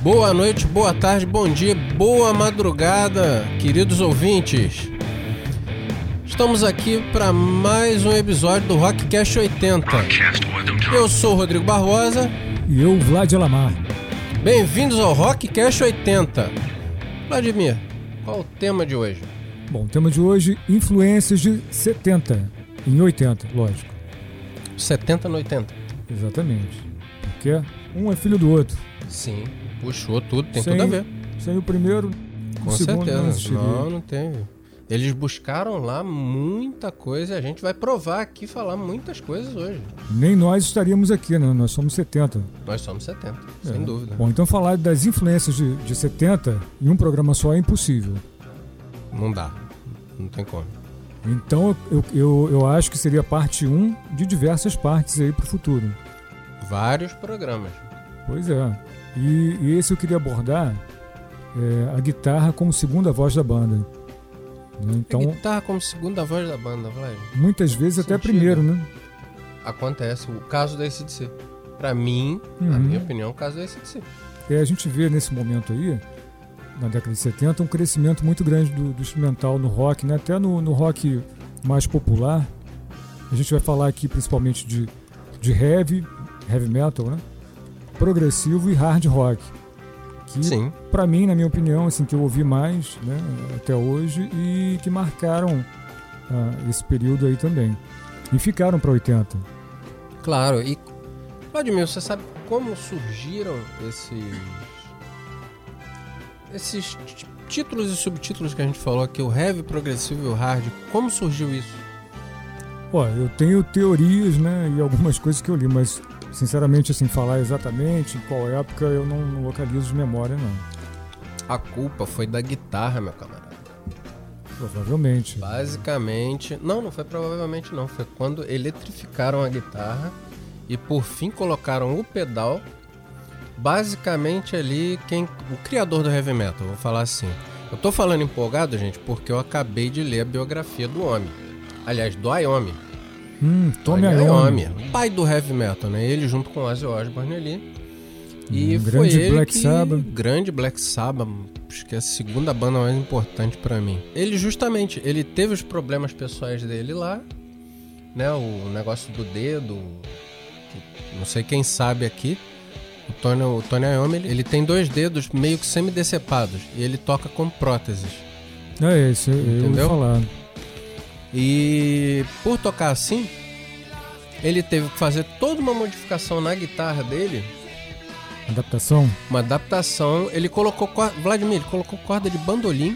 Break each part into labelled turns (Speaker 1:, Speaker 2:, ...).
Speaker 1: Boa noite, boa tarde, bom dia, boa madrugada, queridos ouvintes. Estamos aqui para mais um episódio do Rockcast 80. Eu sou o Rodrigo Barbosa.
Speaker 2: E eu, Vlad Alamar.
Speaker 1: Bem-vindos ao Rockcast 80. Vladimir, qual o tema de hoje?
Speaker 2: Bom, o tema de hoje, influências de 70. Em 80, lógico.
Speaker 1: 70 no 80.
Speaker 2: Exatamente. Porque um é filho do outro.
Speaker 1: Sim, puxou tudo, tem
Speaker 2: Sem-
Speaker 1: tudo a ver.
Speaker 2: Sem o primeiro,
Speaker 1: Com
Speaker 2: o segundo não
Speaker 1: certeza.
Speaker 2: existiria.
Speaker 1: Não, não teve. Eles buscaram lá muita coisa e a gente vai provar aqui falar muitas coisas hoje.
Speaker 2: Nem nós estaríamos aqui, né? Nós somos 70.
Speaker 1: Nós somos 70, sem
Speaker 2: É.
Speaker 1: dúvida.
Speaker 2: Bom, então falar das influências de, de 70 em um programa só é impossível.
Speaker 1: Não dá. Não tem como.
Speaker 2: Então eu, eu, eu acho que seria parte 1 de diversas partes aí pro futuro.
Speaker 1: Vários programas.
Speaker 2: Pois é. E, e esse eu queria abordar é, a guitarra como segunda voz da banda. Né?
Speaker 1: Então,
Speaker 2: Então,
Speaker 1: guitarra como segunda voz da banda, Vlad.
Speaker 2: muitas vezes até
Speaker 1: sentido.
Speaker 2: primeiro, né?
Speaker 1: Acontece. O caso da ACDC. Pra mim, na
Speaker 2: Uhum.
Speaker 1: minha opinião, o caso é da ACDC.
Speaker 2: E É, a gente vê nesse momento aí, na década de 70, um crescimento muito grande do, do instrumental no rock, né? Até no, no rock mais popular. A gente vai falar aqui principalmente de, de heavy, heavy metal, né? Progressivo e hard rock. Que
Speaker 1: Sim.
Speaker 2: Pra mim, na minha opinião, assim, que eu ouvi mais né, até hoje e que marcaram ah, esse período aí também. E ficaram pra 80.
Speaker 1: Claro. E, Vladimir, você sabe como surgiram esses. Esses t- títulos e subtítulos que a gente falou aqui, o heavy, progressivo e o hard, como surgiu isso?
Speaker 2: Ó, eu tenho teorias, né, e algumas coisas que eu li, mas sinceramente, assim, falar exatamente em qual época eu não, não localizo de memória, não.
Speaker 1: A culpa foi da guitarra, meu camarada.
Speaker 2: Provavelmente.
Speaker 1: Basicamente, não, não foi provavelmente não, foi quando eletrificaram a guitarra e por fim colocaram o pedal. Basicamente ali quem o criador do heavy metal, vou falar assim. Eu tô falando empolgado, gente, porque eu acabei de ler a biografia do homem. Aliás, do Iommi.
Speaker 2: Hum, Tommy
Speaker 1: Tony
Speaker 2: Iommi.
Speaker 1: Iommi, é pai do heavy metal, né? Ele junto com Ozzy Osbourne ali. E
Speaker 2: Um
Speaker 1: foi
Speaker 2: grande
Speaker 1: ele
Speaker 2: Black
Speaker 1: que...
Speaker 2: Sabbath.
Speaker 1: Grande Black Sabbath, acho que é a segunda banda mais importante pra mim. Ele justamente, ele teve os problemas pessoais dele lá, né? O negócio do dedo, que não sei quem sabe aqui. O Tony, o Tony Iommi, ele, ele tem dois dedos meio que semidecepados e ele toca com próteses.
Speaker 2: É, esse eu- eu
Speaker 1: Entendeu?
Speaker 2: ia falar.
Speaker 1: E por tocar assim, ele teve que fazer toda uma modificação na guitarra dele,
Speaker 2: Adaptação?
Speaker 1: uma adaptação. Ele colocou cor- Vladimir, ele colocou corda de bandolim.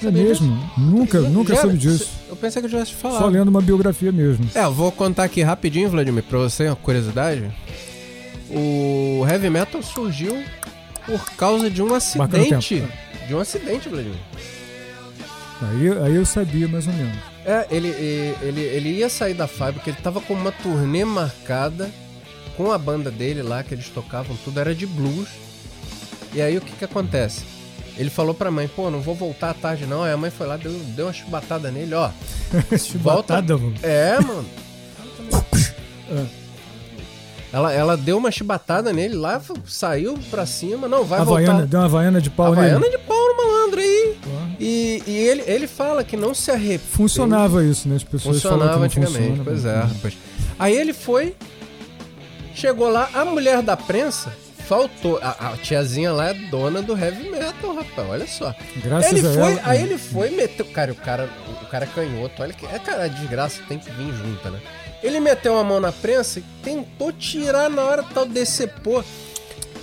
Speaker 2: É
Speaker 1: Sabia
Speaker 2: mesmo? Nunca, nunca
Speaker 1: Já-
Speaker 2: soube disso.
Speaker 1: Eu pensei que eu tivesse
Speaker 2: Só
Speaker 1: falado.
Speaker 2: lendo uma biografia mesmo.
Speaker 1: É, eu vou contar aqui rapidinho, Vladimir, pra você, uma curiosidade. O heavy metal surgiu por causa de um
Speaker 2: Marcando o tempo.
Speaker 1: acidente. De um acidente, Vladimir.
Speaker 2: Aí, aí eu sabia mais ou menos.
Speaker 1: É, ele, e- ele, ele ia sair da fábrica, ele tava com uma turnê marcada com a banda dele lá, que eles tocavam, tudo era de blues. E aí o que que acontece? Ele falou pra mãe, pô, não vou voltar à tarde não. Aí a mãe foi lá, deu, deu uma chibatada nele, ó.
Speaker 2: Chibatada, mano.
Speaker 1: É, mano. Ela, ela deu uma chibatada nele lá, f- saiu pra cima, não, vai
Speaker 2: Havaiana,
Speaker 1: voltar.
Speaker 2: deu uma Havaiana de pau nele.
Speaker 1: Havaiana de pau no malandro aí.
Speaker 2: Claro.
Speaker 1: E, e ele, ele fala que não se arrepende.
Speaker 2: Funcionava isso, né? As pessoas
Speaker 1: Funcionava
Speaker 2: falam que não
Speaker 1: antigamente,
Speaker 2: funciona, né?
Speaker 1: pois
Speaker 2: mas-
Speaker 1: é, rapaz. Aí ele foi, chegou lá, a mulher da prensa faltou. A, a tiazinha lá é dona do heavy metal, rapaz, olha só.
Speaker 2: Graças
Speaker 1: ele
Speaker 2: a
Speaker 1: foi,
Speaker 2: ela,
Speaker 1: aí
Speaker 2: né?
Speaker 1: ele foi, meteu. Cara, o cara, o cara é canhoto, olha que. É, cara, a desgraça tem que vir junta, né? Ele meteu a mão na prensa e tentou tirar na hora tal, decepou.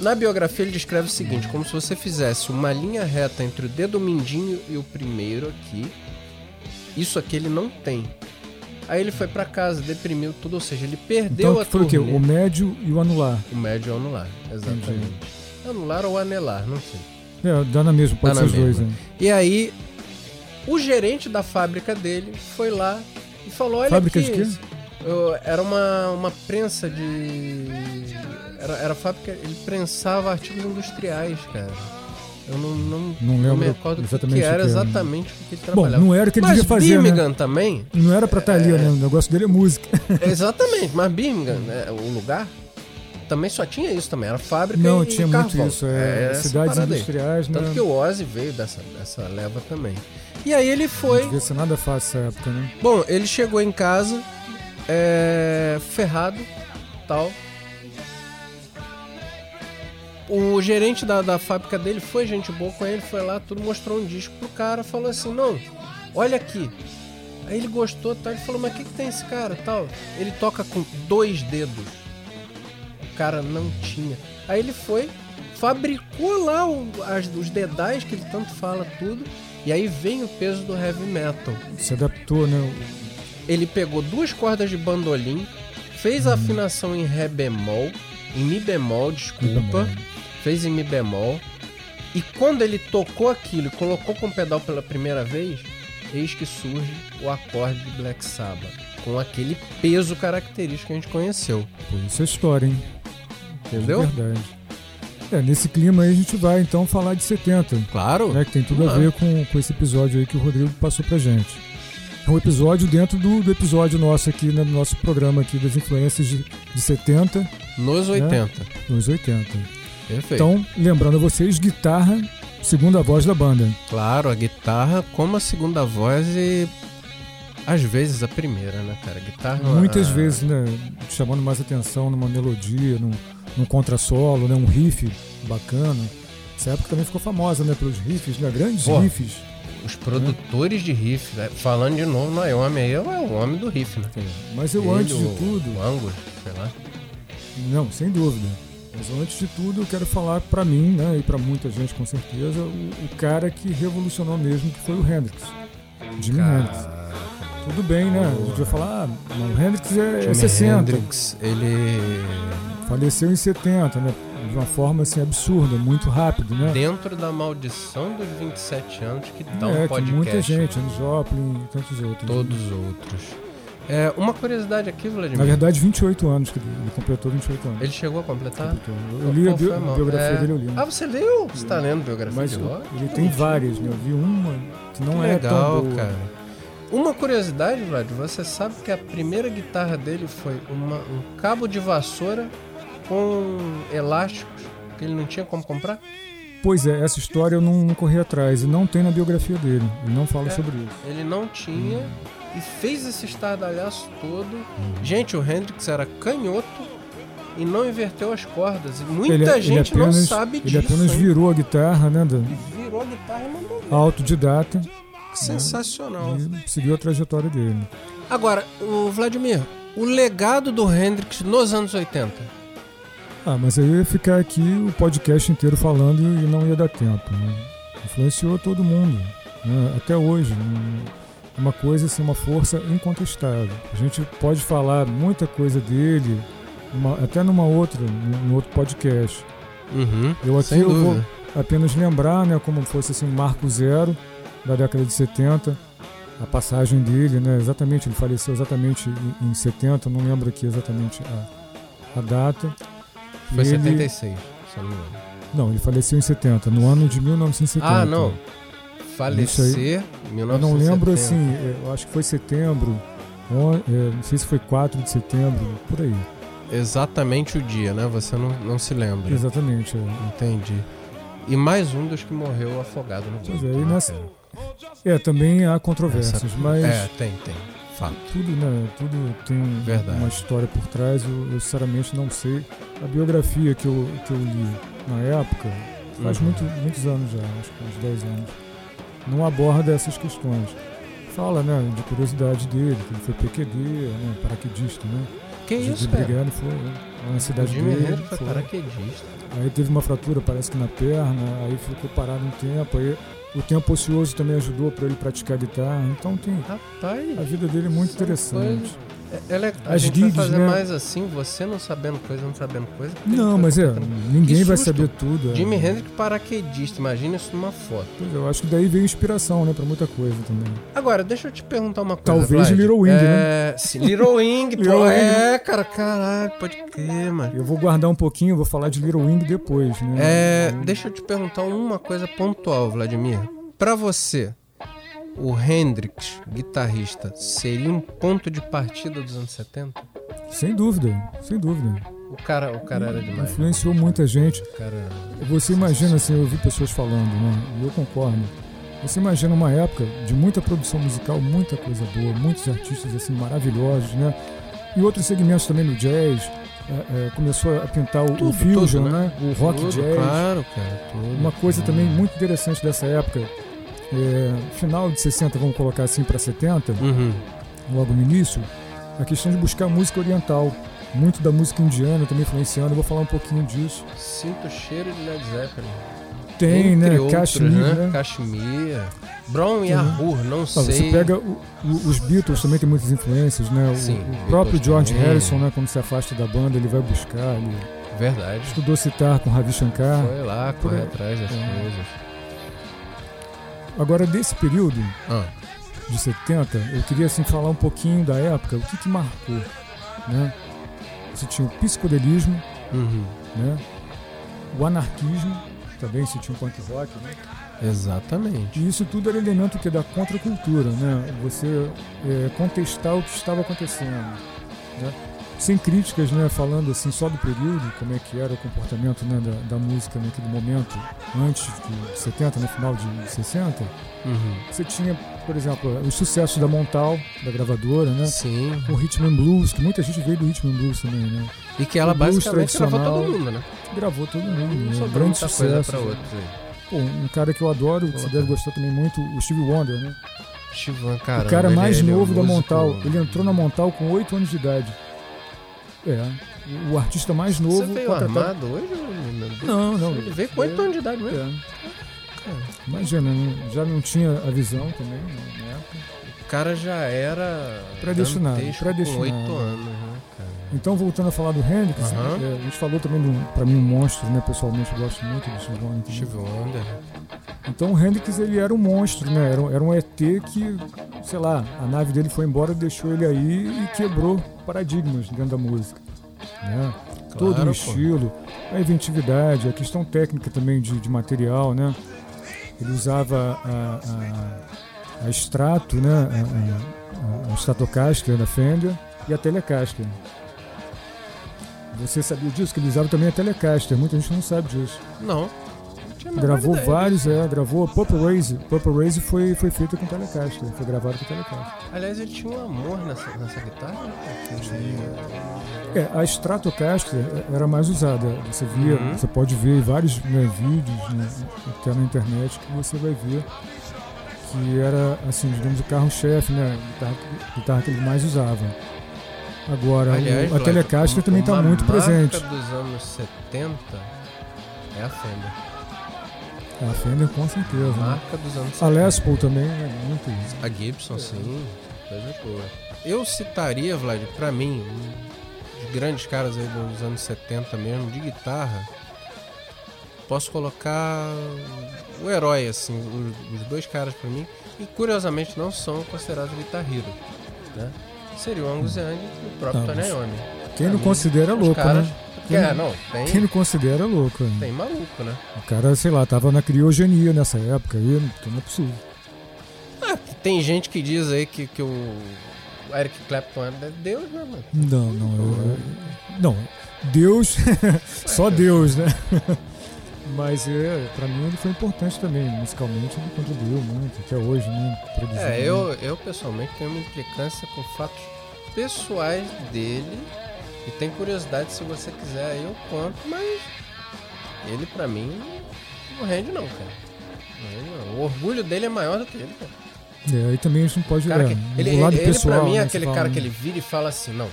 Speaker 1: Na biografia ele descreve o seguinte: como se você fizesse uma linha reta entre o dedo mindinho e o primeiro aqui. Isso aqui ele não tem. Aí ele foi pra casa, deprimiu tudo, ou seja, ele perdeu
Speaker 2: Então,
Speaker 1: a
Speaker 2: que foi o quê?
Speaker 1: turnê.
Speaker 2: O médio e o anular.
Speaker 1: O médio é anular, exatamente. Anular ou anelar, não sei.
Speaker 2: É, dá na mesma, pode
Speaker 1: Dá
Speaker 2: ser
Speaker 1: na
Speaker 2: os dois,
Speaker 1: mesma.
Speaker 2: né?
Speaker 1: E aí, o gerente da fábrica dele foi lá e falou: Olha
Speaker 2: Fábrica
Speaker 1: aqui,
Speaker 2: de quê?
Speaker 1: eu- era uma, uma prensa de. Era, era fábrica, ele prensava artigos industriais, cara. Eu não, não,
Speaker 2: Não
Speaker 1: não me
Speaker 2: lembro
Speaker 1: recordo o que que,
Speaker 2: exatamente o que
Speaker 1: era
Speaker 2: era, né?
Speaker 1: exatamente o que ele
Speaker 2: Bom,
Speaker 1: trabalhava.
Speaker 2: não era o que ele
Speaker 1: Mas
Speaker 2: devia fazer, né?
Speaker 1: Birmingham também,
Speaker 2: Não tá era pra estar ali, né? O negócio dele é música.
Speaker 1: exatamente, mas Birmingham, né, o lugar, também só tinha isso também, era fábrica
Speaker 2: Não,
Speaker 1: e
Speaker 2: tinha
Speaker 1: carvão.
Speaker 2: muito isso.
Speaker 1: É
Speaker 2: É,
Speaker 1: essa
Speaker 2: cidades
Speaker 1: parada aí.
Speaker 2: industriais, né?
Speaker 1: Tanto que o Ozzy veio dessa, dessa leva também. E aí ele foi.
Speaker 2: Não devia ser nada fácil essa época, né?
Speaker 1: Bom, ele chegou em casa, é, ferrado, tal. O gerente da, da fábrica dele foi gente boa com ele, foi lá, tudo mostrou um disco pro cara, falou assim, não, olha aqui. Aí ele gostou, tal, ele falou, mas o que, que tem esse cara, tal? Ele toca com dois dedos. O cara não tinha. Aí ele foi, fabricou lá o- as- os dedais que ele tanto fala, tudo. E aí vem o peso do heavy metal
Speaker 2: Se adaptou, né?
Speaker 1: ele pegou duas cordas de bandolim,
Speaker 2: Hum.
Speaker 1: fez a afinação em ré bemol, em mi bemol, desculpa,
Speaker 2: bemol.
Speaker 1: fez em mi bemol, e quando ele tocou aquilo e colocou com o pedal pela primeira vez, eis que surge o acorde de Black Sabbath, com aquele peso característico que a gente conheceu,
Speaker 2: Pô, isso é história, hein?
Speaker 1: entendeu?
Speaker 2: Verdade. É, nesse clima aí a gente vai então falar de 70,
Speaker 1: Claro.
Speaker 2: né? Que tem tudo a ver com, com esse episódio aí que o Rodrigo passou pra gente. É um episódio dentro do, do episódio nosso aqui, né, do nosso programa aqui das influências de, de 70
Speaker 1: Nos 80.
Speaker 2: nos 80.
Speaker 1: Perfeito.
Speaker 2: Né? Então, lembrando a vocês, guitarra, segunda voz da banda.
Speaker 1: Claro, a guitarra como a segunda voz e às vezes a primeira, né, cara? A guitarra
Speaker 2: Muitas
Speaker 1: a-
Speaker 2: vezes, né, chamando mais atenção numa melodia, num, num contrassolo, né, um riff bacana. Essa época também ficou famosa, né, pelos riffs, né, grandes
Speaker 1: Pô.
Speaker 2: riffs.
Speaker 1: Os produtores de riff, né? falando de novo, Naomi aí é o homem do riff, né?
Speaker 2: Mas eu,
Speaker 1: Ele,
Speaker 2: antes de
Speaker 1: o-
Speaker 2: tudo,
Speaker 1: O Angus, sei lá.
Speaker 2: Não, sem dúvida. Mas antes de tudo, eu quero falar pra mim, né, e pra muita gente com certeza, o, o cara que revolucionou mesmo, que foi o Hendrix. Jimi Hendrix. Tudo bem, né? A gente vai falar, ah, mas o Hendrix é, é 60,
Speaker 1: Hendrix, ele.
Speaker 2: faleceu em 70, né? De uma forma assim absurda, muito rápido, né?
Speaker 1: Dentro da maldição dos 27 anos que dá um
Speaker 2: é, que
Speaker 1: podcast.
Speaker 2: muita gente, Andy Joplin e tantos outros.
Speaker 1: Todos os outros. É, uma curiosidade aqui, Vladimir.
Speaker 2: Na verdade, 28 anos que ele, ele completou 28 anos.
Speaker 1: Ele chegou a completar?
Speaker 2: Completou. Eu li a
Speaker 1: Qual foi
Speaker 2: bio-
Speaker 1: a mão?
Speaker 2: biografia
Speaker 1: É.
Speaker 2: dele, eu li. né?
Speaker 1: Ah, você leu? Você tá lendo biografia
Speaker 2: Mas
Speaker 1: de
Speaker 2: eu-
Speaker 1: Lorde?
Speaker 2: ele tem várias, né? Eu vi uma que não é
Speaker 1: Legal,
Speaker 2: tão boa.
Speaker 1: cara. Uma curiosidade, Vlad, você sabe que a primeira guitarra dele foi uma- um cabo de vassoura com elásticos que ele não tinha como comprar?
Speaker 2: Pois é, essa história eu não, não corri atrás e não tem na biografia dele. Ele não fala
Speaker 1: É.
Speaker 2: sobre isso.
Speaker 1: Ele não tinha e fez esse estardalhaço todo.
Speaker 2: Uhum.
Speaker 1: Gente, o Hendrix era canhoto e não inverteu as cordas. E muita
Speaker 2: ele, ele
Speaker 1: gente
Speaker 2: apenas,
Speaker 1: não sabe
Speaker 2: Ele
Speaker 1: disso.
Speaker 2: apenas
Speaker 1: hein?
Speaker 2: virou a guitarra, né? da-
Speaker 1: Virou a guitarra e mandou ver.
Speaker 2: autodidata Uhum.
Speaker 1: Sensacional.
Speaker 2: e seguiu a trajetória dele.
Speaker 1: Agora, o Vladimir, o legado do Hendrix nos anos 80.
Speaker 2: Ah, mas aí eu ia ficar aqui o podcast inteiro falando e não ia dar tempo. né? Influenciou todo mundo, né, até hoje. né? Uma coisa, assim, uma força incontestável. A gente pode falar muita coisa dele, uma- até numa outra, num num outro podcast.
Speaker 1: Uhum.
Speaker 2: Eu aqui
Speaker 1: Sem
Speaker 2: eu vou
Speaker 1: dúvida.
Speaker 2: apenas lembrar, né, como fosse assim, um marco zero da década de 70, a passagem dele, né, exatamente, ele faleceu exatamente em, em 70, não lembro aqui exatamente a, a data.
Speaker 1: Foi
Speaker 2: E ele-
Speaker 1: 76, se eu não me engano.
Speaker 2: Não, ele faleceu em 70, no ano de 1970.
Speaker 1: Ah, não.
Speaker 2: Isso
Speaker 1: Falecer,
Speaker 2: Eu não
Speaker 1: 1970.
Speaker 2: lembro assim, é, eu acho que foi setembro, on- é, não sei se foi 4 de setembro, por aí.
Speaker 1: Exatamente o dia, né? Você não, não se lembra.
Speaker 2: Exatamente. é.
Speaker 1: Entendi. E mais um dos que morreu afogado no
Speaker 2: Pois
Speaker 1: Golfo,
Speaker 2: é, e
Speaker 1: né,
Speaker 2: nessa-
Speaker 1: cara?
Speaker 2: É, também há controvérsias,
Speaker 1: Essa-
Speaker 2: mas
Speaker 1: É, tem, tem. Fato.
Speaker 2: Tudo, né? Tudo tem um-
Speaker 1: Verdade.
Speaker 2: uma história por trás. Eu, eu sinceramente não sei. A biografia que eu, que eu li na época, faz
Speaker 1: Uhum.
Speaker 2: muito- muitos anos já, acho que uns 10 anos, não aborda essas questões. Fala, né, de curiosidade dele, que ele foi PQD, né, paraquedista, né?
Speaker 1: Que
Speaker 2: de,
Speaker 1: isso,
Speaker 2: de
Speaker 1: cara?
Speaker 2: brigando, foi, né? Lá na
Speaker 1: O
Speaker 2: cidade
Speaker 1: Jimmy
Speaker 2: dele.
Speaker 1: Hendrix foi
Speaker 2: foi.
Speaker 1: paraquedista.
Speaker 2: Aí teve uma fratura, parece que na perna, aí ficou parado um tempo, aí o tempo ocioso também ajudou para ele praticar guitarra. Então tem a
Speaker 1: Rapaz,
Speaker 2: vida dele é muito
Speaker 1: São
Speaker 2: interessante.
Speaker 1: é- ela é, a
Speaker 2: As
Speaker 1: gente
Speaker 2: gigs,
Speaker 1: vai fazer
Speaker 2: né?
Speaker 1: mais assim, você não sabendo coisa, não sabendo coisa. porque
Speaker 2: Não,
Speaker 1: tem
Speaker 2: mas é,
Speaker 1: coisa que- um
Speaker 2: ninguém vai
Speaker 1: susto.
Speaker 2: saber tudo. é.
Speaker 1: Jimi Hendrix paraquedista, imagina isso numa foto.
Speaker 2: Pois é, Eu acho que daí veio inspiração, né, pra muita coisa também.
Speaker 1: Agora, deixa eu te perguntar uma coisa.
Speaker 2: Talvez
Speaker 1: Vlad.
Speaker 2: Little Wing,
Speaker 1: é... né? Little Wing,
Speaker 2: Little
Speaker 1: pô.
Speaker 2: Wing,
Speaker 1: É, cara, caralho, pode crer, mano.
Speaker 2: Eu vou guardar um pouquinho, eu vou falar de Little Wing depois, né?
Speaker 1: É, deixa eu te perguntar uma coisa pontual, Vladimir. Pra você, o Hendrix, guitarrista, seria um ponto de partida dos anos 70?
Speaker 2: Sem dúvida, sem dúvida.
Speaker 1: O cara, o cara era demais.
Speaker 2: Influenciou muita gente.
Speaker 1: O cara.
Speaker 2: Você imagina, assim, eu ouvi pessoas falando, né? E eu concordo. Você imagina uma época de muita produção musical, muita coisa boa, muitos artistas assim maravilhosos, né? E outros segmentos também no jazz. é, é, começou a pintar o, o
Speaker 1: Tudo,
Speaker 2: fusion,
Speaker 1: tudo,
Speaker 2: né? O rock
Speaker 1: Tudo,
Speaker 2: jazz.
Speaker 1: Claro, cara. tudo.
Speaker 2: Uma coisa também muito interessante dessa época, é, final de 60, vamos colocar assim, para 70,
Speaker 1: Uhum.
Speaker 2: logo no início, a questão de buscar música oriental. Muito da música indiana também influenciando, eu vou falar um pouquinho disso.
Speaker 1: Sinto o cheiro de Led Zeppelin.
Speaker 2: Tem,
Speaker 1: Entre
Speaker 2: né?
Speaker 1: outros,
Speaker 2: Kashmir, né?
Speaker 1: Kashmir. Brown e
Speaker 2: Uhum.
Speaker 1: Arthur, não
Speaker 2: Ah,
Speaker 1: sei.
Speaker 2: você pega o- o- os Beatles também tem muitas influências, né? O,
Speaker 1: Sim,
Speaker 2: o
Speaker 1: Beatles
Speaker 2: próprio George
Speaker 1: também.
Speaker 2: Harrison, né? Quando se afasta da banda, ele vai buscar. Ele
Speaker 1: Verdade.
Speaker 2: estudou citar com Ravi Shankar.
Speaker 1: Foi lá, correr
Speaker 2: Foi.
Speaker 1: atrás das
Speaker 2: tá. É.
Speaker 1: coisas.
Speaker 2: Agora desse período
Speaker 1: Ah,
Speaker 2: de 70, eu queria assim falar um pouquinho da época, o que que marcou, né? Você tinha o psicodelismo,
Speaker 1: uhum.
Speaker 2: né? O anarquismo também se tinha um punk rock, né?
Speaker 1: Exatamente.
Speaker 2: E isso tudo era elemento que da contracultura, né? Você é, contestar o que estava acontecendo, né? sem críticas, né? Falando assim só do período, como é que era o comportamento né, da, da música naquele momento, antes de 70, no final de 60.
Speaker 1: Uhum.
Speaker 2: Você tinha, por exemplo, os sucessos da Montal, da gravadora, né?
Speaker 1: Sim.
Speaker 2: O Rhythm and Blues, que muita gente veio do Rhythm and Blues também, né?
Speaker 1: E que ela
Speaker 2: O blues
Speaker 1: basicamente gravou
Speaker 2: tradicional.
Speaker 1: todo mundo, né?
Speaker 2: Gravou todo mundo,
Speaker 1: Não
Speaker 2: né?
Speaker 1: sobrou
Speaker 2: grande
Speaker 1: muita coisa
Speaker 2: sucesso.
Speaker 1: pra outros aí.
Speaker 2: Pô, um cara que eu adoro, que você
Speaker 1: Pô,
Speaker 2: deve
Speaker 1: cara.
Speaker 2: gostar também muito, o Steve Wonder, né?
Speaker 1: Chivan, cara.
Speaker 2: o cara
Speaker 1: é,
Speaker 2: mais
Speaker 1: um
Speaker 2: novo da Montal. Ele entrou na Montal com 8 anos de idade. É. O artista mais novo.
Speaker 1: Você veio
Speaker 2: contratado-
Speaker 1: armado hoje? menino?
Speaker 2: Não, não.
Speaker 1: Ele veio com 8 anos de idade mesmo.
Speaker 2: É. Imagina, não- já não tinha a visão também né? na época.
Speaker 1: O cara já era.
Speaker 2: Predestinado,
Speaker 1: dantesco Com
Speaker 2: predestinado.
Speaker 1: 8 anos, né, cara?
Speaker 2: Então, voltando a falar do Hendrix,
Speaker 1: Aham.
Speaker 2: é, a gente falou também, do, pra mim, um monstro, né? Pessoalmente, eu gosto muito do Steve Wonder.
Speaker 1: Steve Wonder.
Speaker 2: Então o Hendrix ele era um monstro, né? Era, um- era um ET que, sei lá, a nave dele foi embora, deixou ele aí e quebrou paradigmas dentro da música. Né? Todo
Speaker 1: Claro,
Speaker 2: o
Speaker 1: pô.
Speaker 2: estilo, a inventividade, a questão técnica também de, de material, né? Ele usava a, a, a extrato, né? A, a, a Stratocaster da Fender e a Telecaster. Você sabia disso? Que ele usava também a Telecaster. Muita gente não sabe disso.
Speaker 1: Não. não tinha a menor
Speaker 2: Gravou
Speaker 1: ideia.
Speaker 2: vários, é, gravou Purple Raze. Purple Raze foi, foi feita com Telecaster, foi gravado com Telecaster.
Speaker 1: Aliás, ele tinha um amor nessa, nessa guitarra. né? Aquele-
Speaker 2: É, a Stratocaster é, era mais usada. Você via,
Speaker 1: Uhum.
Speaker 2: você pode ver vários né, vídeos né, até na internet que você vai ver que era, assim, digamos, o carro-chefe, né? Guitarra, que- guitarra que eles mais usavam. Agora, o-
Speaker 1: Aliás,
Speaker 2: a
Speaker 1: Lázaro,
Speaker 2: Telecaster também está
Speaker 1: uma
Speaker 2: muito
Speaker 1: marca
Speaker 2: presente.
Speaker 1: dos anos 70 é a Fender.
Speaker 2: A Fender, com certeza. Né?
Speaker 1: Marca dos anos 70.
Speaker 2: A Les Paul também, né? Muito.
Speaker 1: A Gibson, sim. Coisa boa. Eu citaria, Vlad, pra mim, um dos grandes caras aí dos anos 70 mesmo, de guitarra. Posso colocar o herói, assim, os, os dois caras pra mim. E curiosamente não são considerados guitarreiros, né? Seria o Angus Young e o próprio
Speaker 2: Tá,
Speaker 1: Tony
Speaker 2: mas
Speaker 1: Iommi.
Speaker 2: Quem não
Speaker 1: mim,
Speaker 2: considera é
Speaker 1: Os
Speaker 2: louco,
Speaker 1: caras...
Speaker 2: né?
Speaker 1: É, não,
Speaker 2: Quem
Speaker 1: tem,
Speaker 2: não considera é louco. né?
Speaker 1: tem maluco, né?
Speaker 2: O cara, sei lá, tava na criogenia nessa época aí, então não é possível.
Speaker 1: Ah, tem gente que diz aí que, que o Eric Clapton é Deus, né, mano?
Speaker 2: Não, não, eu- não. Deus, só
Speaker 1: É,
Speaker 2: Deus, né? Mas é, pra mim ele foi importante também, musicalmente ele contribuiu muito, até hoje, né? Produziu
Speaker 1: É,
Speaker 2: muito.
Speaker 1: eu, eu pessoalmente tenho uma implicância com fatos pessoais dele e tem curiosidade se você quiser aí eu conto, mas ele pra mim não rende não, cara. Não rende, não. O orgulho dele é maior do que ele, cara.
Speaker 2: É, aí também a gente não pode
Speaker 1: O cara
Speaker 2: olhar.
Speaker 1: que, ele,
Speaker 2: o lado
Speaker 1: ele, ele
Speaker 2: pessoal,
Speaker 1: pra mim é
Speaker 2: né,
Speaker 1: aquele
Speaker 2: você
Speaker 1: cara
Speaker 2: fala,
Speaker 1: que ele vira e fala assim, não,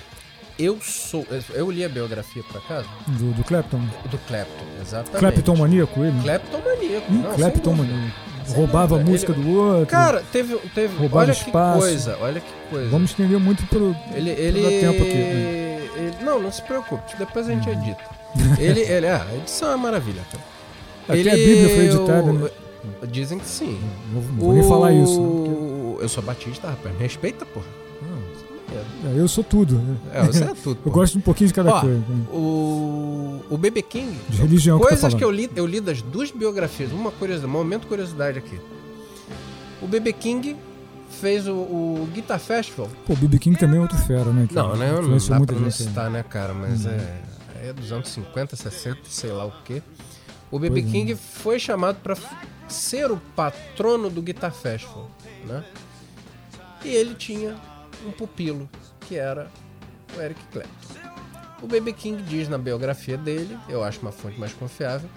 Speaker 1: eu sou. Eu li a biografia por acaso
Speaker 2: Do, do Clapton.
Speaker 1: do Clapton, exatamente.
Speaker 2: Clapton maníaco ele?
Speaker 1: Clapton maníaco.
Speaker 2: Hum,
Speaker 1: não, sem
Speaker 2: Clapton
Speaker 1: dúvida.
Speaker 2: maníaco.
Speaker 1: Sem
Speaker 2: Roubava a
Speaker 1: dúvida.
Speaker 2: música
Speaker 1: Ele-
Speaker 2: do outro.
Speaker 1: Cara, teve. teve
Speaker 2: Roubava
Speaker 1: olha que
Speaker 2: espaço.
Speaker 1: coisa, olha que coisa.
Speaker 2: Vamos estender muito pro.
Speaker 1: Ele.
Speaker 2: Não dá
Speaker 1: ele...
Speaker 2: tempo aqui, né? Uhum.
Speaker 1: ele- não, não se preocupe, depois a gente edita. ele, ele, ah, a edição é uma maravilha. cara.
Speaker 2: Até
Speaker 1: ele,
Speaker 2: a é Bíblia foi editada, né?
Speaker 1: Dizem que sim.
Speaker 2: Não vou nem falar isso. né? Porque-
Speaker 1: O- Eu sou batista, rapaz. Me respeita, porra.
Speaker 2: É, Eu sou tudo. né?
Speaker 1: É, você é tudo.
Speaker 2: Eu
Speaker 1: porra.
Speaker 2: gosto um pouquinho de cada
Speaker 1: Ó,
Speaker 2: coisa. né?
Speaker 1: O, o BB King.
Speaker 2: De religião que eu tô
Speaker 1: Coisas
Speaker 2: falando.
Speaker 1: que eu li, eu li das duas biografias. Uma curiosidade, um momento curiosidade aqui. O BB King fez o, o Guitar Festival
Speaker 2: Pô, o BB King também é outro fera, né? cara?
Speaker 1: Não, né? Não
Speaker 2: Influenciou
Speaker 1: dá
Speaker 2: muita
Speaker 1: pra não
Speaker 2: gente, né?
Speaker 1: citar, né, cara? Mas é, é é dos anos 50, 60, sei lá o quê. O BB
Speaker 2: Pois é.
Speaker 1: King foi chamado para ser o patrono do Guitar Festival, né? E ele tinha um pupilo, que era o Eric Clapton. O BB King diz na biografia dele, eu acho uma fonte mais confiável,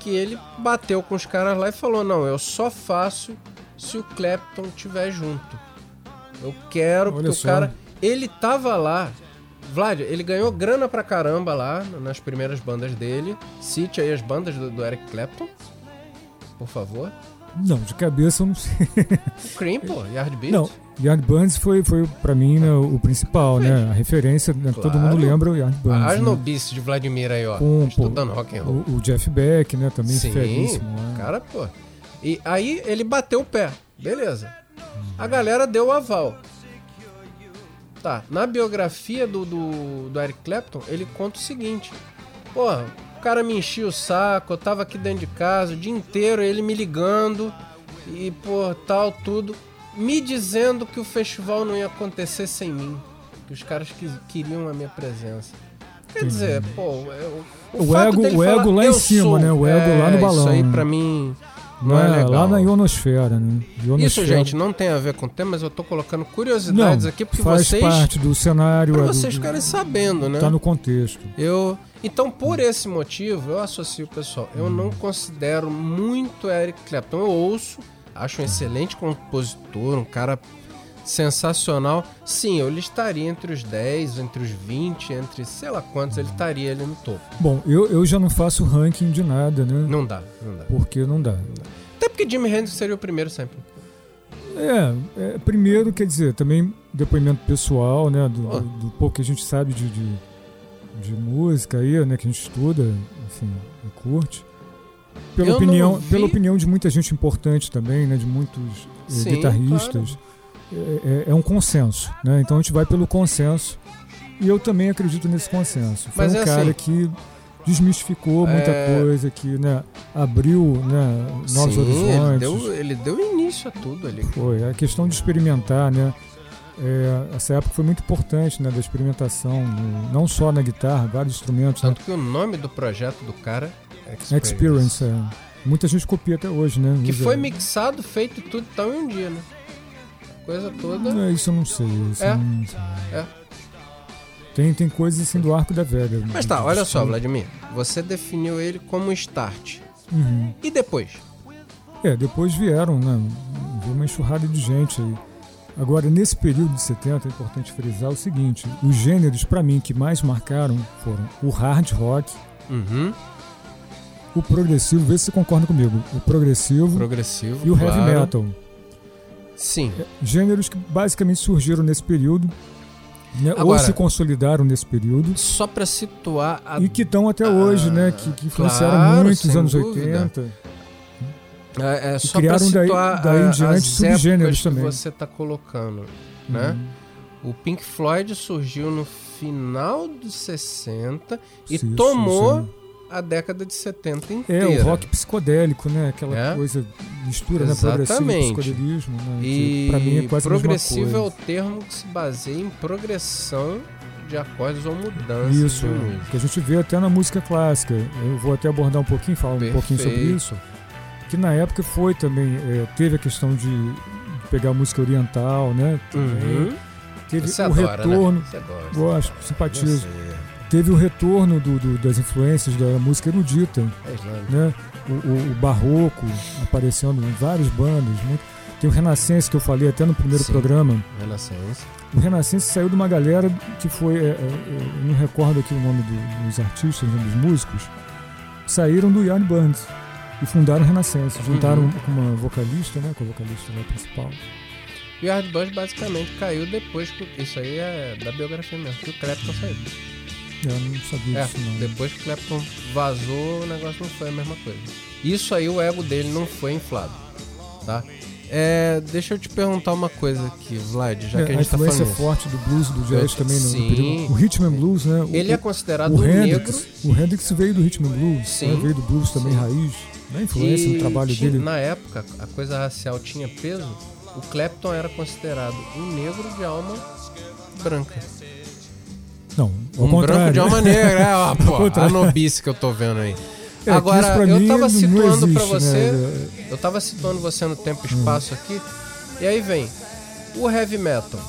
Speaker 1: que ele bateu com os caras lá e falou: "Não, eu só faço se o Clapton tiver junto. Eu quero
Speaker 2: Olha
Speaker 1: porque
Speaker 2: só.
Speaker 1: o cara, ele tava lá. Vlad, ele ganhou grana pra caramba lá nas primeiras bandas dele. Cite aí as bandas do, do Eric Clapton, por favor.
Speaker 2: Não, de cabeça eu não sei.
Speaker 1: O Cream, pô, Yardbeat.
Speaker 2: Não, Young Buns foi, foi pra mim né, o principal, né? A referência, né, todo
Speaker 1: Claro.
Speaker 2: mundo lembra o Young Buns.
Speaker 1: A
Speaker 2: né?
Speaker 1: Arnobice de Vladimir aí, ó.
Speaker 2: Com, pô,
Speaker 1: estudando rock and roll.
Speaker 2: O, o Jeff Beck, né? Também
Speaker 1: Sim,
Speaker 2: feríssimo. né?
Speaker 1: cara, pô. E aí ele bateu o pé, beleza. A galera deu o aval. Tá, na biografia do, do, do Eric Clapton, ele conta o seguinte. Porra, o cara me enchia o saco, eu tava aqui dentro de casa o dia inteiro, ele me ligando e por tal, tudo. Me dizendo que o festival não ia acontecer sem mim. Que os caras que, queriam a minha presença. Quer dizer, pô, eu,
Speaker 2: O
Speaker 1: fato
Speaker 2: ego-
Speaker 1: dele
Speaker 2: o ego lá em
Speaker 1: "Eu
Speaker 2: cima, né? O ego
Speaker 1: é,
Speaker 2: lá no balão,
Speaker 1: Isso aí
Speaker 2: né?
Speaker 1: pra mim não,
Speaker 2: Lá-
Speaker 1: é, legal.
Speaker 2: Lá na ionosfera, né? Ionosfera.
Speaker 1: Isso, gente, não tem a ver com o tema, mas eu tô colocando curiosidades aqui é porque
Speaker 2: faz
Speaker 1: vocês.
Speaker 2: parte do cenário.
Speaker 1: Pra
Speaker 2: é, do-
Speaker 1: vocês
Speaker 2: do-
Speaker 1: ficarem sabendo, né?
Speaker 2: Tá no contexto.
Speaker 1: Eu. Então, por esse motivo, eu associo, pessoal, eu não
Speaker 2: Hum.
Speaker 1: considero muito Eric Clapton. Eu ouço, acho um excelente compositor, um cara sensacional. Sim, eu listaria entre os 10, entre os 20, entre sei lá quantos, ele estaria ali no topo.
Speaker 2: Bom, eu, eu já não faço ranking de nada, né?
Speaker 1: Não dá, não dá.
Speaker 2: Porque não dá.
Speaker 1: Até porque Jimi Hendrix seria o primeiro sempre.
Speaker 2: É, é, primeiro, quer dizer, também depoimento pessoal, né? Do,
Speaker 1: Pô.
Speaker 2: do- do pouco que a gente sabe de, de, de música aí, né? Que a gente estuda, enfim, e curte. Pela
Speaker 1: Eu não
Speaker 2: opinião,
Speaker 1: vi-
Speaker 2: pela opinião de muita gente importante também, né? De muitos eh,
Speaker 1: Sim,
Speaker 2: guitarristas. É, é- é um consenso, né? Então a gente vai pelo consenso. E eu também acredito nesse consenso. Foi
Speaker 1: Mas
Speaker 2: um
Speaker 1: é
Speaker 2: cara
Speaker 1: assim.
Speaker 2: que desmistificou muita
Speaker 1: É.
Speaker 2: coisa, que né, abriu né, novos
Speaker 1: Sim,
Speaker 2: horizontes.
Speaker 1: Ele deu, ele deu início a tudo ali.
Speaker 2: Foi, a questão de experimentar, né? É, essa época foi muito importante, né? Da experimentação, no- não só na guitarra, vários instrumentos. Né?
Speaker 1: Tanto que o nome do projeto do cara é
Speaker 2: Experience, é. Muita gente copia até hoje, né?
Speaker 1: Que
Speaker 2: Usa-
Speaker 1: foi mixado, feito e tudo tal em um dia, né? Coisa toda.
Speaker 2: É, isso eu não sei. Isso
Speaker 1: É.
Speaker 2: eu não sei.
Speaker 1: É.
Speaker 2: Tem, tem coisas assim do arco da velha.
Speaker 1: Mas tá, olha só, Vladimir. Você definiu ele como um start.
Speaker 2: Uhum.
Speaker 1: E depois?
Speaker 2: É, depois vieram, né? Veio uma enxurrada de gente aí. Agora, nesse período de 70, é importante frisar o seguinte: os gêneros, pra mim, que mais marcaram foram o hard rock,
Speaker 1: Uhum.
Speaker 2: o progressivo, vê se você concorda comigo, o progressivo
Speaker 1: Progressivo.
Speaker 2: e o
Speaker 1: claro. É.
Speaker 2: heavy metal.
Speaker 1: Sim.
Speaker 2: Gêneros que basicamente surgiram nesse período, né, ou
Speaker 1: Agora-
Speaker 2: se consolidaram nesse período,
Speaker 1: Só pra situar a,
Speaker 2: e que estão até hoje, né? Que, que influenciaram
Speaker 1: claro,
Speaker 2: muito os
Speaker 1: sem
Speaker 2: anos
Speaker 1: dúvida.
Speaker 2: 80.
Speaker 1: é, é, só pra
Speaker 2: criaram daí-
Speaker 1: situar
Speaker 2: daí em
Speaker 1: a- as
Speaker 2: diante
Speaker 1: épocas
Speaker 2: subgêneros
Speaker 1: que
Speaker 2: também.
Speaker 1: você tá colocando, né?
Speaker 2: Uhum.
Speaker 1: O Pink Floyd surgiu no final dos 60 e
Speaker 2: Sim, sim,
Speaker 1: tomou
Speaker 2: sim.
Speaker 1: a década de 70
Speaker 2: É,
Speaker 1: inteira.
Speaker 2: o rock psicodélico, né? Aquela
Speaker 1: É.
Speaker 2: coisa mistura, né? Progressivo e
Speaker 1: Exatamente.
Speaker 2: psicodelismo, né?
Speaker 1: E
Speaker 2: que pra mim é quase a
Speaker 1: progressivo é
Speaker 2: mesma
Speaker 1: o
Speaker 2: coisa.
Speaker 1: termo que se baseia em progressão de acordes ou mudanças
Speaker 2: Isso,
Speaker 1: de música.
Speaker 2: que a gente vê até na música clássica. Eu vou até abordar um pouquinho, falar um pouquinho sobre
Speaker 1: Perfeito.
Speaker 2: isso. Que na época foi também, é, teve a questão de de pegar música oriental, né? Também.
Speaker 1: Uhum.
Speaker 2: Teve
Speaker 1: Você
Speaker 2: o
Speaker 1: adora,
Speaker 2: retorno.
Speaker 1: né? Você gosta.
Speaker 2: Gosto, simpatizo.
Speaker 1: Você
Speaker 2: Teve o retorno do- do- das influências da música erudita,
Speaker 1: é islâmico.
Speaker 2: né? O, o- o barroco aparecendo em várias bandas. muito. Tem o Renascença que eu falei até no primeiro
Speaker 1: Sim.
Speaker 2: programa.
Speaker 1: Renascença.
Speaker 2: O Renascença saiu de uma galera que foi. é, é, é, eu não recordo aqui o nome do- dos artistas, né, dos músicos. Saíram do Yarn Band e fundaram o Renascença. Juntaram
Speaker 1: Uhum.
Speaker 2: com uma vocalista, né? Com a vocalista né, principal.
Speaker 1: E o Hard Boys basicamente caiu depois que. Isso aí é da biografia mesmo, que o Clapton saiu.
Speaker 2: Eu não sabia
Speaker 1: É,
Speaker 2: disso, não.
Speaker 1: depois que o Clapton vazou, o negócio não foi a mesma coisa. Isso aí, o ego dele não foi inflado, tá? É, deixa eu te perguntar uma coisa aqui, Vlad, já
Speaker 2: É,
Speaker 1: que a gente tá falando
Speaker 2: influência
Speaker 1: isso.
Speaker 2: forte do blues e do jazz
Speaker 1: Eu-
Speaker 2: também no,
Speaker 1: sim.
Speaker 2: no período. O rhythm and blues, né? O,
Speaker 1: Ele é
Speaker 2: o-
Speaker 1: considerado
Speaker 2: o
Speaker 1: um negro
Speaker 2: Hendrix, o Hendrix veio do rhythm and blues,
Speaker 1: Sim.
Speaker 2: né, veio do blues também
Speaker 1: Sim.
Speaker 2: raiz, né? Influência
Speaker 1: e
Speaker 2: no trabalho
Speaker 1: tinha-
Speaker 2: dele.
Speaker 1: Na época, a coisa racial tinha peso. O Clapton era considerado um negro de alma branca.
Speaker 2: Não, ao
Speaker 1: um branco
Speaker 2: contrário.
Speaker 1: de alma negra, é, ó, pô, a
Speaker 2: contrário.
Speaker 1: nobice que eu tô vendo aí.
Speaker 2: É, que isso
Speaker 1: Agora,
Speaker 2: pra
Speaker 1: eu
Speaker 2: mim
Speaker 1: tava
Speaker 2: não
Speaker 1: situando pra
Speaker 2: existe,
Speaker 1: você.
Speaker 2: né? Hum.
Speaker 1: Eu tava situando você no tempo e espaço aqui. E aí vem o heavy metal,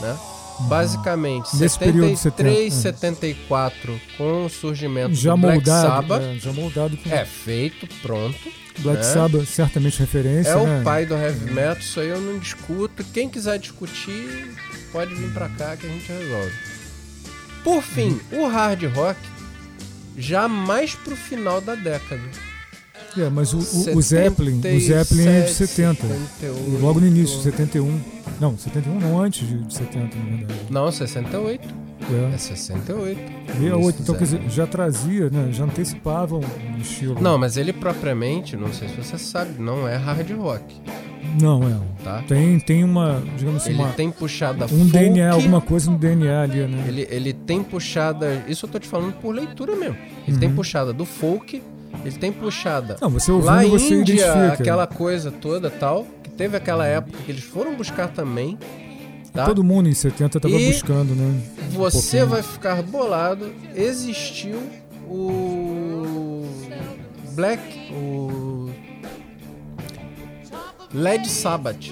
Speaker 1: né? Basicamente,
Speaker 2: Hum. Nesse período de
Speaker 1: 73,
Speaker 2: 70,
Speaker 1: 74, com o surgimento
Speaker 2: é. Já
Speaker 1: do Black
Speaker 2: moldado.
Speaker 1: Sabbath.
Speaker 2: é, já moldado com
Speaker 1: É. feito, pronto.
Speaker 2: Black
Speaker 1: né?
Speaker 2: Sabbath, certamente referência.
Speaker 1: É
Speaker 2: né?
Speaker 1: o pai do heavy metal, isso aí eu não discuto. Quem quiser discutir, pode vir pra cá que a gente resolve. Por fim,
Speaker 2: Uhum.
Speaker 1: o hard rock já mais pro final da década.
Speaker 2: É, mas o, o, o Zeppelin, o Zeppelin é de 70.
Speaker 1: 78.
Speaker 2: Logo no início, 71. Não, 71 não, antes de de 70, na verdade.
Speaker 1: Não, 68. É
Speaker 2: É,
Speaker 1: 68.
Speaker 2: 68. Então, quer
Speaker 1: É, Isso, é.
Speaker 2: dizer, já trazia, né? Já antecipavam um estilo.
Speaker 1: Não, mas ele propriamente, não sei se você sabe, não é hard rock,
Speaker 2: Não, é.
Speaker 1: tá?
Speaker 2: Tem, tem uma, digamos assim,
Speaker 1: Ele
Speaker 2: uma,
Speaker 1: tem puxada
Speaker 2: um
Speaker 1: folk,
Speaker 2: DNA, alguma coisa no DNA ali, né?
Speaker 1: Ele, ele tem puxada. Isso eu tô te falando por leitura mesmo. Ele tem puxada do folk, ele tem puxada.
Speaker 2: Uhum. Não, você
Speaker 1: lá
Speaker 2: ouvindo,
Speaker 1: em
Speaker 2: você
Speaker 1: Índia,
Speaker 2: identifica.
Speaker 1: aquela coisa toda tal, que teve aquela época que eles foram buscar também. Tá?
Speaker 2: Todo mundo em 70 tava
Speaker 1: E-
Speaker 2: buscando, né?
Speaker 1: Você
Speaker 2: pouquinho.
Speaker 1: vai ficar bolado. Existiu o. Black. O. Led Sabbath.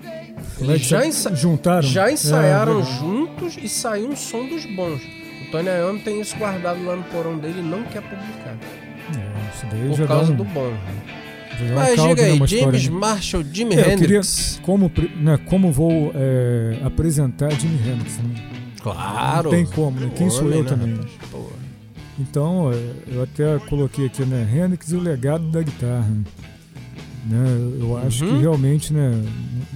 Speaker 2: Né,
Speaker 1: Eles já,
Speaker 2: que
Speaker 1: ensa
Speaker 2: juntaram.
Speaker 1: já
Speaker 2: É,
Speaker 1: ensaiaram
Speaker 2: verdade.
Speaker 1: juntos e saiu um som dos bons. O Tony Iommi tem isso guardado lá no porão dele e não quer publicar.
Speaker 2: É, isso daí já
Speaker 1: Por
Speaker 2: dá
Speaker 1: causa
Speaker 2: um-
Speaker 1: do bom.
Speaker 2: já dá um
Speaker 1: Mas
Speaker 2: caldo,
Speaker 1: diga
Speaker 2: né,
Speaker 1: Ah, aí,
Speaker 2: uma história,
Speaker 1: James
Speaker 2: né?
Speaker 1: Marshall, Jimi
Speaker 2: É, eu queria,
Speaker 1: Hendrix.
Speaker 2: como, pre- né, como vou é, apresentar Jimi Hendrix? né?
Speaker 1: Claro.
Speaker 2: Não tem como, né? Quem sou
Speaker 1: Homem,
Speaker 2: eu
Speaker 1: né,
Speaker 2: também?
Speaker 1: rapaz? Pô.
Speaker 2: Então, é, eu até coloquei aqui, né, Hendrix e o legado da guitarra. Né, eu acho
Speaker 1: Uhum.
Speaker 2: que realmente, né,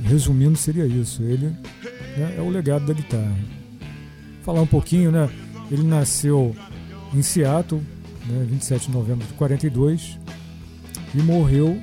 Speaker 2: resumindo, seria isso. Ele né, é o legado da guitarra. Falar um pouquinho, né? Ele nasceu em Seattle, né, 27 de novembro de 42 e morreu.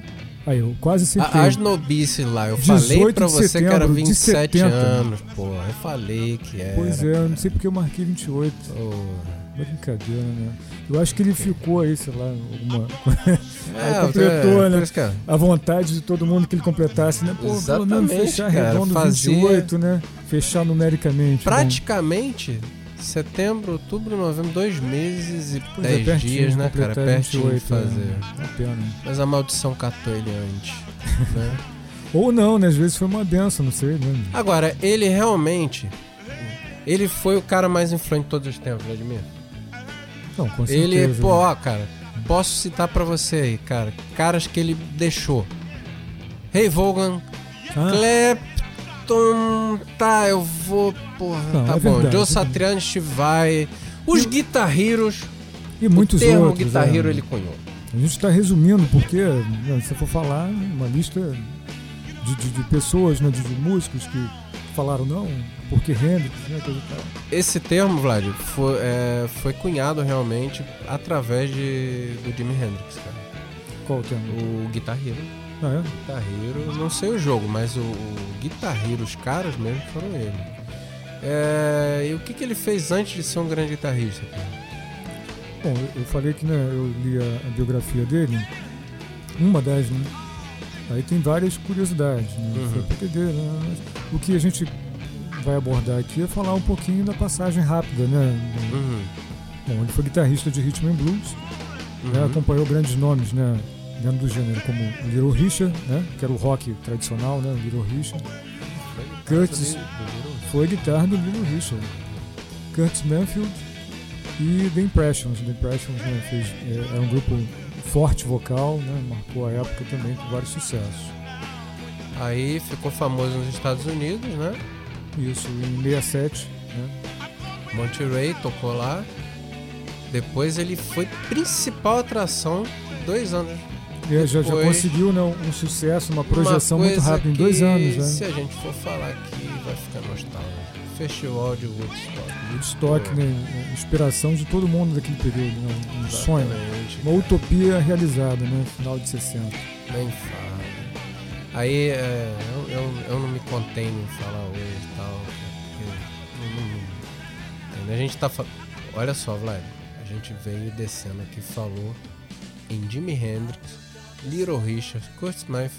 Speaker 2: Aí, eu quase
Speaker 1: A-
Speaker 2: acertei.
Speaker 1: As nobices lá, eu
Speaker 2: 18
Speaker 1: falei
Speaker 2: de
Speaker 1: pra você que era
Speaker 2: setembro de
Speaker 1: 27
Speaker 2: 70.
Speaker 1: anos, porra. Eu falei que era.
Speaker 2: Pois é, eu não sei porque eu marquei 28.
Speaker 1: Porra.
Speaker 2: Brincadeira, né? Eu acho que ele ficou aí, sei lá, alguma.
Speaker 1: É,
Speaker 2: completou,
Speaker 1: é,
Speaker 2: né?
Speaker 1: por isso que é.
Speaker 2: A vontade de todo mundo que ele completasse, né? Pô, pelo menos
Speaker 1: Exatamente,
Speaker 2: fechar
Speaker 1: cara,
Speaker 2: redondo
Speaker 1: fazer-
Speaker 2: 28, né? Fechar numericamente.
Speaker 1: praticamente setembro, outubro, novembro, dois meses e
Speaker 2: Pois é,
Speaker 1: dez
Speaker 2: pertinho
Speaker 1: dias, né,
Speaker 2: de
Speaker 1: cara?
Speaker 2: completar
Speaker 1: Pertinho de
Speaker 2: 28,
Speaker 1: fazer.
Speaker 2: né? Bom, uma pena.
Speaker 1: Mas a maldição catou ele antes, né?
Speaker 2: Ou não, né? Às vezes foi uma benção, não sei, né?
Speaker 1: Agora, ele realmente... Ele foi o cara mais influente de todos os tempos, Vladimir.
Speaker 2: Não, com certeza.
Speaker 1: Ele, é pô,
Speaker 2: né?
Speaker 1: ó, cara, posso citar pra você aí, cara, caras que ele deixou. Hey Vaughan,
Speaker 2: Ah,
Speaker 1: Clapton, tá, eu vou, porra,
Speaker 2: Não,
Speaker 1: tá bom.
Speaker 2: é verdade, é
Speaker 1: Joe
Speaker 2: verdade.
Speaker 1: Satriani, vai. Os guitarreiros,
Speaker 2: e muitos
Speaker 1: o termo
Speaker 2: outros.
Speaker 1: guitarreiro
Speaker 2: é.
Speaker 1: ele cunhou.
Speaker 2: A gente está resumindo, porque né, se eu for falar, uma lista de, de- de pessoas, né, de, de músicos que falaram não, porque Hendrix, né, coisa e tal.
Speaker 1: Esse termo, Vlad, foi, é, foi cunhado realmente através de, do Jimi Hendrix, cara.
Speaker 2: Qual o tema?
Speaker 1: O guitarreiro.
Speaker 2: Ah, é?
Speaker 1: Guitarreiro, não sei o jogo, mas o, o guitarreiro, os caras mesmo foram ele. É, e o que, que ele fez antes de ser um grande guitarrista? cara?
Speaker 2: Bom, eu- eu falei que né, eu li a, a biografia dele, uma das, né? Aí tem várias curiosidades, né?
Speaker 1: Uhum.
Speaker 2: Foi pra entender, né? Mas O que a gente vai abordar aqui é falar um pouquinho da passagem rápida, né?
Speaker 1: Uhum,
Speaker 2: Bom, ele foi guitarrista de Rhythm and Blues, né,
Speaker 1: uhum.
Speaker 2: acompanhou grandes nomes, né, dentro do gênero, como o Little Richard, né, que era o rock tradicional, né, o Little Richard. Curtis foi guitarra do Little Richard. Curtis Manfield e The Impressions. The Impressions né, fez, é, é um grupo forte vocal, né, marcou a época também com vários sucessos.
Speaker 1: Aí ficou famoso nos Estados Unidos, né?
Speaker 2: Isso em 67, né,
Speaker 1: Monty Ray tocou lá. Depois ele foi principal atração dois anos
Speaker 2: e já, já
Speaker 1: Depois-
Speaker 2: conseguiu né, um sucesso, uma projeção
Speaker 1: Uma
Speaker 2: muito
Speaker 1: coisa
Speaker 2: rápida, em
Speaker 1: que,
Speaker 2: dois anos.
Speaker 1: Se
Speaker 2: Né,
Speaker 1: a gente for falar aqui, vai ficar nostálgico. Festival de Woodstock.
Speaker 2: Woodstock, né, inspiração de todo mundo daquele período, né, um sonho.
Speaker 1: Exatamente,
Speaker 2: Uma utopia realizada, né? Final de 60.
Speaker 1: Nem fala. Aí é, eu, eu, eu não me contenho em falar hoje e tal. porque não- não- não- entendeu? A gente tá fa- Olha só, Vlad. A gente veio descendo aqui falou em Jimi Hendrix, Little Richard, Kurt Snyder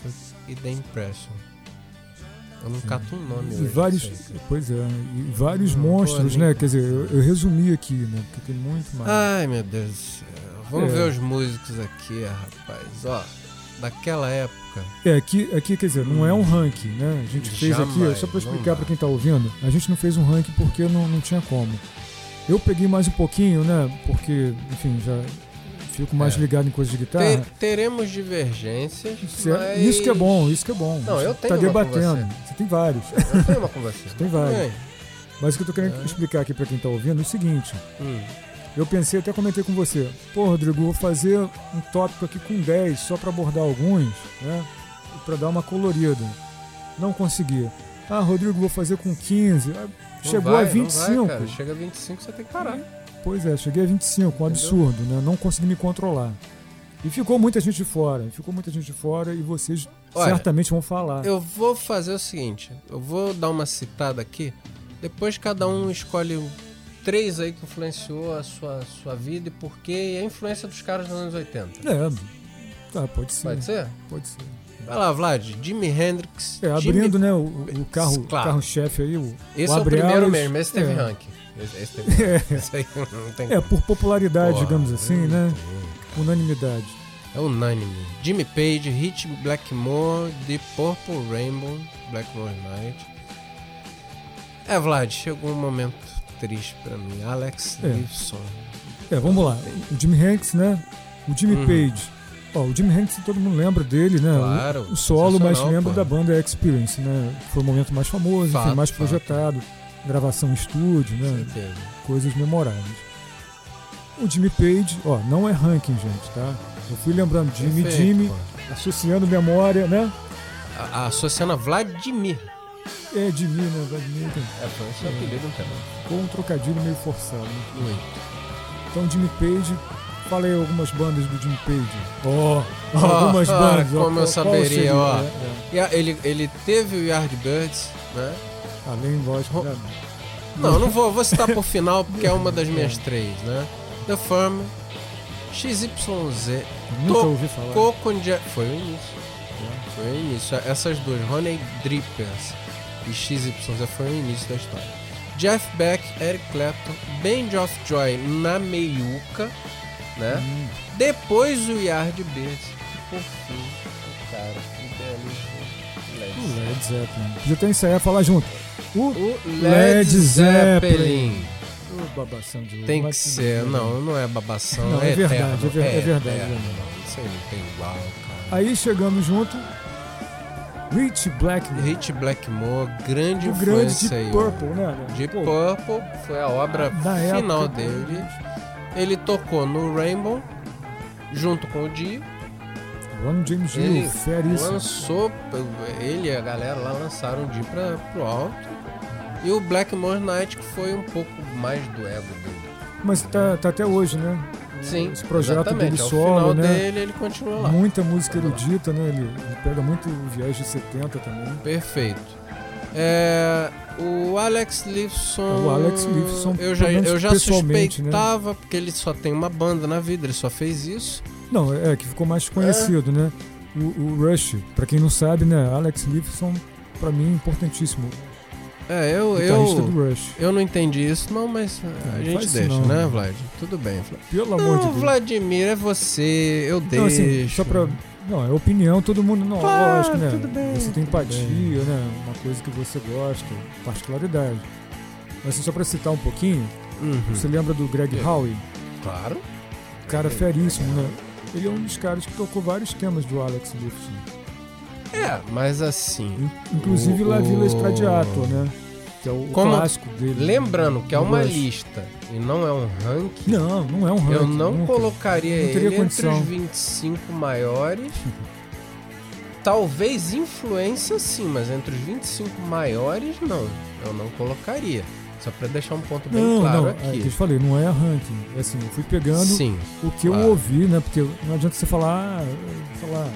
Speaker 1: e The Impression. Eu não cato um nome.
Speaker 2: E
Speaker 1: hoje,
Speaker 2: vários,
Speaker 1: não sei.
Speaker 2: pois é, e vários
Speaker 1: Não,
Speaker 2: monstros,
Speaker 1: pô,
Speaker 2: né?
Speaker 1: nem-
Speaker 2: Quer dizer, eu, eu resumi aqui, né? Porque tem muito mais.
Speaker 1: Ai, meu Deus do céu. Vamos
Speaker 2: É.
Speaker 1: ver os músicos aqui, rapaz. Ó, daquela época.
Speaker 2: É, aqui, aqui, quer dizer, não é um ranking, né? A gente fez aqui, ó,
Speaker 1: Jamais,
Speaker 2: só pra
Speaker 1: não
Speaker 2: explicar
Speaker 1: dá.
Speaker 2: pra quem tá ouvindo, a gente não fez um ranking porque não, não tinha como. Eu peguei mais um pouquinho, né? Porque, enfim, já fico mais
Speaker 1: É.
Speaker 2: ligado em coisas de guitarra.
Speaker 1: Te- teremos divergências.
Speaker 2: Tá. Isso é-
Speaker 1: mas-
Speaker 2: Isso que é bom, isso que é bom.
Speaker 1: Não, eu tenho
Speaker 2: Tá
Speaker 1: uma com
Speaker 2: debatendo. Você tem vários.
Speaker 1: Eu tenho uma conversa. né?
Speaker 2: Tem vários.
Speaker 1: Tem.
Speaker 2: Mas o que eu tô querendo
Speaker 1: É.
Speaker 2: explicar aqui pra quem tá ouvindo é o seguinte.
Speaker 1: Hum.
Speaker 2: Eu pensei, até comentei com você, pô, Rodrigo, vou fazer um tópico aqui com 10, só para abordar alguns, né? Para dar uma colorida. Não consegui. Ah, Rodrigo, vou fazer com 15. Ah,
Speaker 1: Não
Speaker 2: Chegou
Speaker 1: vai,
Speaker 2: a 25.
Speaker 1: Não vai, cara. Chega a 25, você tem que parar.
Speaker 2: Pois é, cheguei a 25, um absurdo, né? Não consegui me controlar. E ficou muita gente de fora, ficou muita gente de fora e vocês
Speaker 1: Olha,
Speaker 2: certamente vão falar.
Speaker 1: Eu vou fazer o seguinte: eu vou dar uma citada aqui. Depois cada um escolhe o- três aí que influenciou a sua, sua vida e por quê. E a influência dos caras nos anos 80.
Speaker 2: É, tá, pode ser,
Speaker 1: Pode
Speaker 2: pode ser.
Speaker 1: ser? Vai lá, Vlad. Jimmy Hendrix.
Speaker 2: É,
Speaker 1: Jimi-
Speaker 2: abrindo, né, o, o carro, o
Speaker 1: Claro.
Speaker 2: carro-chefe aí, o
Speaker 1: Esse
Speaker 2: o
Speaker 1: é o
Speaker 2: Abre
Speaker 1: primeiro
Speaker 2: Alas,
Speaker 1: mesmo. Esse teve
Speaker 2: é.
Speaker 1: ranking. Esse, esse teve ranking. Esse aí não tem
Speaker 2: É, por popularidade,
Speaker 1: Porra,
Speaker 2: digamos assim, né?
Speaker 1: hum,
Speaker 2: Unanimidade.
Speaker 1: É unânime. Jimmy Page, Hit Blackmore, The Purple Rainbow, Blackmore Night. É, Vlad, chegou um momento triste pra mim. Alex
Speaker 2: É.
Speaker 1: Gibson.
Speaker 2: É, vamos lá. O Jimmy Hanks, né? O Jimmy
Speaker 1: Uhum.
Speaker 2: Page. Ó, o Jimmy Hanks todo mundo lembra dele, né? O-
Speaker 1: Claro.
Speaker 2: O solo, mas
Speaker 1: sensacional,
Speaker 2: lembra
Speaker 1: pô.
Speaker 2: da banda Experience, né? Foi o momento mais famoso, enfim,
Speaker 1: Fato,
Speaker 2: mais
Speaker 1: fato.
Speaker 2: projetado. Gravação em estúdio,
Speaker 1: Com
Speaker 2: né?
Speaker 1: certeza.
Speaker 2: Coisas memoráveis. O Jimmy Page, ó, não é ranking, gente, tá? Eu fui lembrando Jimmy,
Speaker 1: Perfeito,
Speaker 2: Jimmy,
Speaker 1: pô.
Speaker 2: associando memória, né?
Speaker 1: A- a- Associando a Vladimir.
Speaker 2: É Jimmy, né? Vladimir,
Speaker 1: É, foi esse apelido, não tem né?
Speaker 2: Com um trocadilho meio forçado, né?
Speaker 1: Muito.
Speaker 2: Então Jimmy Page, falei algumas bandas do Jimmy Page. Ó, algumas
Speaker 1: ah,
Speaker 2: bandas.
Speaker 1: como eu
Speaker 2: ó, qual- qual
Speaker 1: saberia,
Speaker 2: seria,
Speaker 1: ó.
Speaker 2: né? É.
Speaker 1: E a- ele, ele teve o Yardbirds, né?
Speaker 2: Além, lógico,
Speaker 1: Ro-
Speaker 2: né?
Speaker 1: Não, não vou, vou citar por final porque é uma das minhas três, né? The Firm, XYZ,
Speaker 2: nunca ouvi falar.
Speaker 1: Coco Ja- Foi o início. né? Foi o início. Essas duas, Honey Drippers e XYZ, foi o início da história. Jeff Beck, Eric Clapton, Band of Joy na meiuca, né?
Speaker 2: Hum,
Speaker 1: Depois o Yardbirds, e por fim, o cara, o belíssimo Led
Speaker 2: o
Speaker 1: Zeppelin.
Speaker 2: Led É, Zeppelin. Podia até ensaiar e é falar junto. O,
Speaker 1: O
Speaker 2: Led
Speaker 1: Led
Speaker 2: Zeppelin.
Speaker 1: Zeppelin.
Speaker 2: o babação de ouro,
Speaker 1: Tem que
Speaker 2: mas tudo né?
Speaker 1: ser,
Speaker 2: bem.
Speaker 1: não, não é babação,
Speaker 2: Não,
Speaker 1: é,
Speaker 2: é verdade,
Speaker 1: eterno,
Speaker 2: é ver- é verdade,
Speaker 1: eterno.
Speaker 2: é verdade.
Speaker 1: Isso aí não tem igual, cara.
Speaker 2: Aí chegamos junto, Rich Blackmore,
Speaker 1: Hit Blackmore, grande
Speaker 2: o grande
Speaker 1: influência
Speaker 2: Deep
Speaker 1: aí.
Speaker 2: Purple, né?
Speaker 1: Deep
Speaker 2: Pô,
Speaker 1: Purple foi a obra
Speaker 2: na época-
Speaker 1: final dele. Ele tocou no Rainbow, junto com o Dio.
Speaker 2: Ron James
Speaker 1: Ele
Speaker 2: Dio, fera isso.
Speaker 1: Lançou, ele e a galera lá lançaram o Dio pra, pro alto. E o Blackmore Night, que foi um pouco mais do ego dele.
Speaker 2: Mas tá, tá até hoje, né?
Speaker 1: Sim,
Speaker 2: Esse projeto
Speaker 1: exatamente.
Speaker 2: dele
Speaker 1: Ao
Speaker 2: solo,
Speaker 1: final
Speaker 2: né?
Speaker 1: dele, ele continua Tá lá.
Speaker 2: Muita música erudita, né? Ele, ele pega muito o viés de 70 também.
Speaker 1: Perfeito. É, o Alex Lifson.
Speaker 2: É, O Alex Lifeson,
Speaker 1: Eu já,
Speaker 2: pelo menos
Speaker 1: eu já
Speaker 2: pessoalmente, né?
Speaker 1: suspeitava, porque ele só tem uma banda na vida, ele só fez isso.
Speaker 2: Não, é que ficou mais conhecido, né? O, o Rush, pra quem não sabe, né? Alex Lifeson, pra mim, importantíssimo.
Speaker 1: É, eu.
Speaker 2: Guitarrista do
Speaker 1: Eu,
Speaker 2: Rush.
Speaker 1: eu não entendi isso, não, mas a
Speaker 2: não
Speaker 1: gente
Speaker 2: faz isso
Speaker 1: deixa,
Speaker 2: não.
Speaker 1: né, Vlad? Tudo bem, Vlad.
Speaker 2: Pelo amor de
Speaker 1: Não,
Speaker 2: Deus.
Speaker 1: Vladimir, é você, eu deixo.
Speaker 2: não, assim, só pra. Não, é opinião, todo mundo. Não,
Speaker 1: Claro,
Speaker 2: lógico, né?
Speaker 1: tudo bem,
Speaker 2: você
Speaker 1: tudo
Speaker 2: tem empatia, né? Uma coisa que você gosta, particularidade. Mas assim, só pra citar um pouquinho,
Speaker 1: Uhum.
Speaker 2: você lembra do Greg
Speaker 1: É.
Speaker 2: Howe?
Speaker 1: Claro.
Speaker 2: Cara
Speaker 1: É.
Speaker 2: feríssimo, né? Ele é um dos caras que tocou vários temas do Alex Lifeson.
Speaker 1: É, mas assim.
Speaker 2: In- Inclusive
Speaker 1: O-
Speaker 2: La Villa
Speaker 1: o-
Speaker 2: Stradiato, né? Que é o
Speaker 1: Como-
Speaker 2: clássico dele.
Speaker 1: Lembrando que é uma
Speaker 2: Rush.
Speaker 1: lista e não é um ranking.
Speaker 2: Não, não é um ranking.
Speaker 1: Eu não
Speaker 2: nunca.
Speaker 1: colocaria
Speaker 2: Não teria
Speaker 1: ele
Speaker 2: condição.
Speaker 1: entre os 25 maiores. Talvez influência sim, mas entre os 25 maiores, não. Eu não colocaria. Só pra deixar um ponto bem
Speaker 2: Não,
Speaker 1: claro
Speaker 2: não, é que eu
Speaker 1: aqui.
Speaker 2: te falei, não é ranking. É assim, eu fui pegando
Speaker 1: Sim,
Speaker 2: o que
Speaker 1: claro.
Speaker 2: eu ouvi, né? Porque não adianta você falar, ah, falar,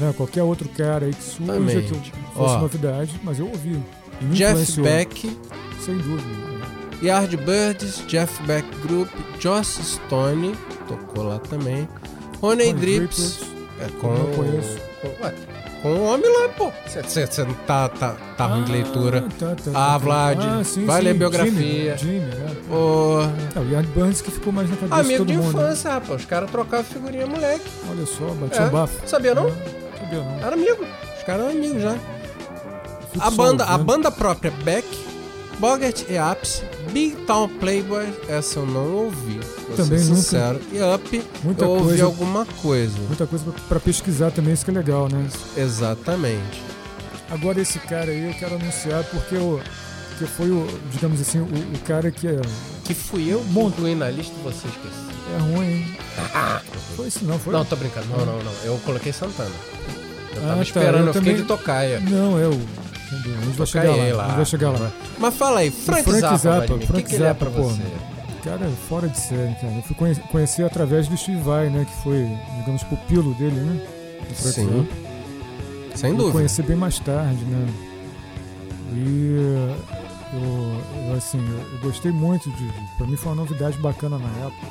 Speaker 2: né? Qualquer outro cara aí que surja,
Speaker 1: Também.
Speaker 2: que eu- fosse
Speaker 1: Ó.
Speaker 2: novidade, mas eu ouvi. E me
Speaker 1: Jeff
Speaker 2: influenciou,
Speaker 1: Beck,
Speaker 2: Sem dúvida.
Speaker 1: Yardbirds, Jeff Beck Group, Joss Stone, tocou lá também. Honey
Speaker 2: Honey
Speaker 1: Drips, é, com
Speaker 2: não conheço.
Speaker 1: Ué, com o homem lá, pô. Você não tá, tá, tá ruim de leitura.
Speaker 2: tá, tá,
Speaker 1: Ah,
Speaker 2: tá.
Speaker 1: Vlad, vai ler biografia.
Speaker 2: Jimmy, Jimmy, é.
Speaker 1: Porra.
Speaker 2: É, o Yard Burns que ficou mais na cabeça
Speaker 1: Amigo de
Speaker 2: de todo mundo. né?
Speaker 1: infância, rapaz. Os caras trocavam figurinha moleque.
Speaker 2: Olha só, batia
Speaker 1: É,
Speaker 2: um bafo. É,
Speaker 1: sabia não?
Speaker 2: Sabia não.
Speaker 1: Era amigo. Os caras eram amigos já.
Speaker 2: Fico
Speaker 1: A
Speaker 2: só
Speaker 1: banda, a
Speaker 2: ouvindo.
Speaker 1: banda própria Beck, Bogart e Apps, Big Town Playboy, essa eu não ouvi. Vou
Speaker 2: Também
Speaker 1: ser
Speaker 2: nunca.
Speaker 1: sincero. E Up,
Speaker 2: Muita
Speaker 1: eu ouvi
Speaker 2: coisa.
Speaker 1: alguma coisa.
Speaker 2: Muita coisa pra, pra pesquisar também, isso que é legal, né?
Speaker 1: Exatamente.
Speaker 2: Agora esse cara aí eu quero anunciar porque o que foi o, digamos assim, o, o cara que é, é
Speaker 1: Que fui eu que
Speaker 2: Bom.
Speaker 1: incluí na lista e você esqueceu.
Speaker 2: ruim, hein? Foi isso não, foi?
Speaker 1: Não, tô brincando. Não, não, não. Eu coloquei Santana. Eu
Speaker 2: Ah,
Speaker 1: tava
Speaker 2: tá.
Speaker 1: esperando,
Speaker 2: Eu
Speaker 1: eu, fiquei
Speaker 2: também-
Speaker 1: de tocaia.
Speaker 2: Não, é o. entendeu? A gente vai chegar
Speaker 1: Tocaia
Speaker 2: lá,
Speaker 1: lá.
Speaker 2: A gente vai chegar lá.
Speaker 1: Mas fala aí, Frank,
Speaker 2: Frank
Speaker 1: Zappa,
Speaker 2: Zappa,
Speaker 1: Vladimir, o que,
Speaker 2: Frank
Speaker 1: que ele é
Speaker 2: Zappa,
Speaker 1: pra
Speaker 2: pô.
Speaker 1: você?
Speaker 2: Cara, é fora de série, cara. Eu fui conhe- conhecer através do Steve Vai, né? Que foi, digamos, pupilo dele, né? Do Frank
Speaker 1: Sim,
Speaker 2: Zappa.
Speaker 1: Sem
Speaker 2: Eu
Speaker 1: dúvida.
Speaker 2: conheci bem mais tarde, né? E eh, eu, eu, assim, eu, eu gostei muito de, de. Pra mim foi uma novidade bacana na época.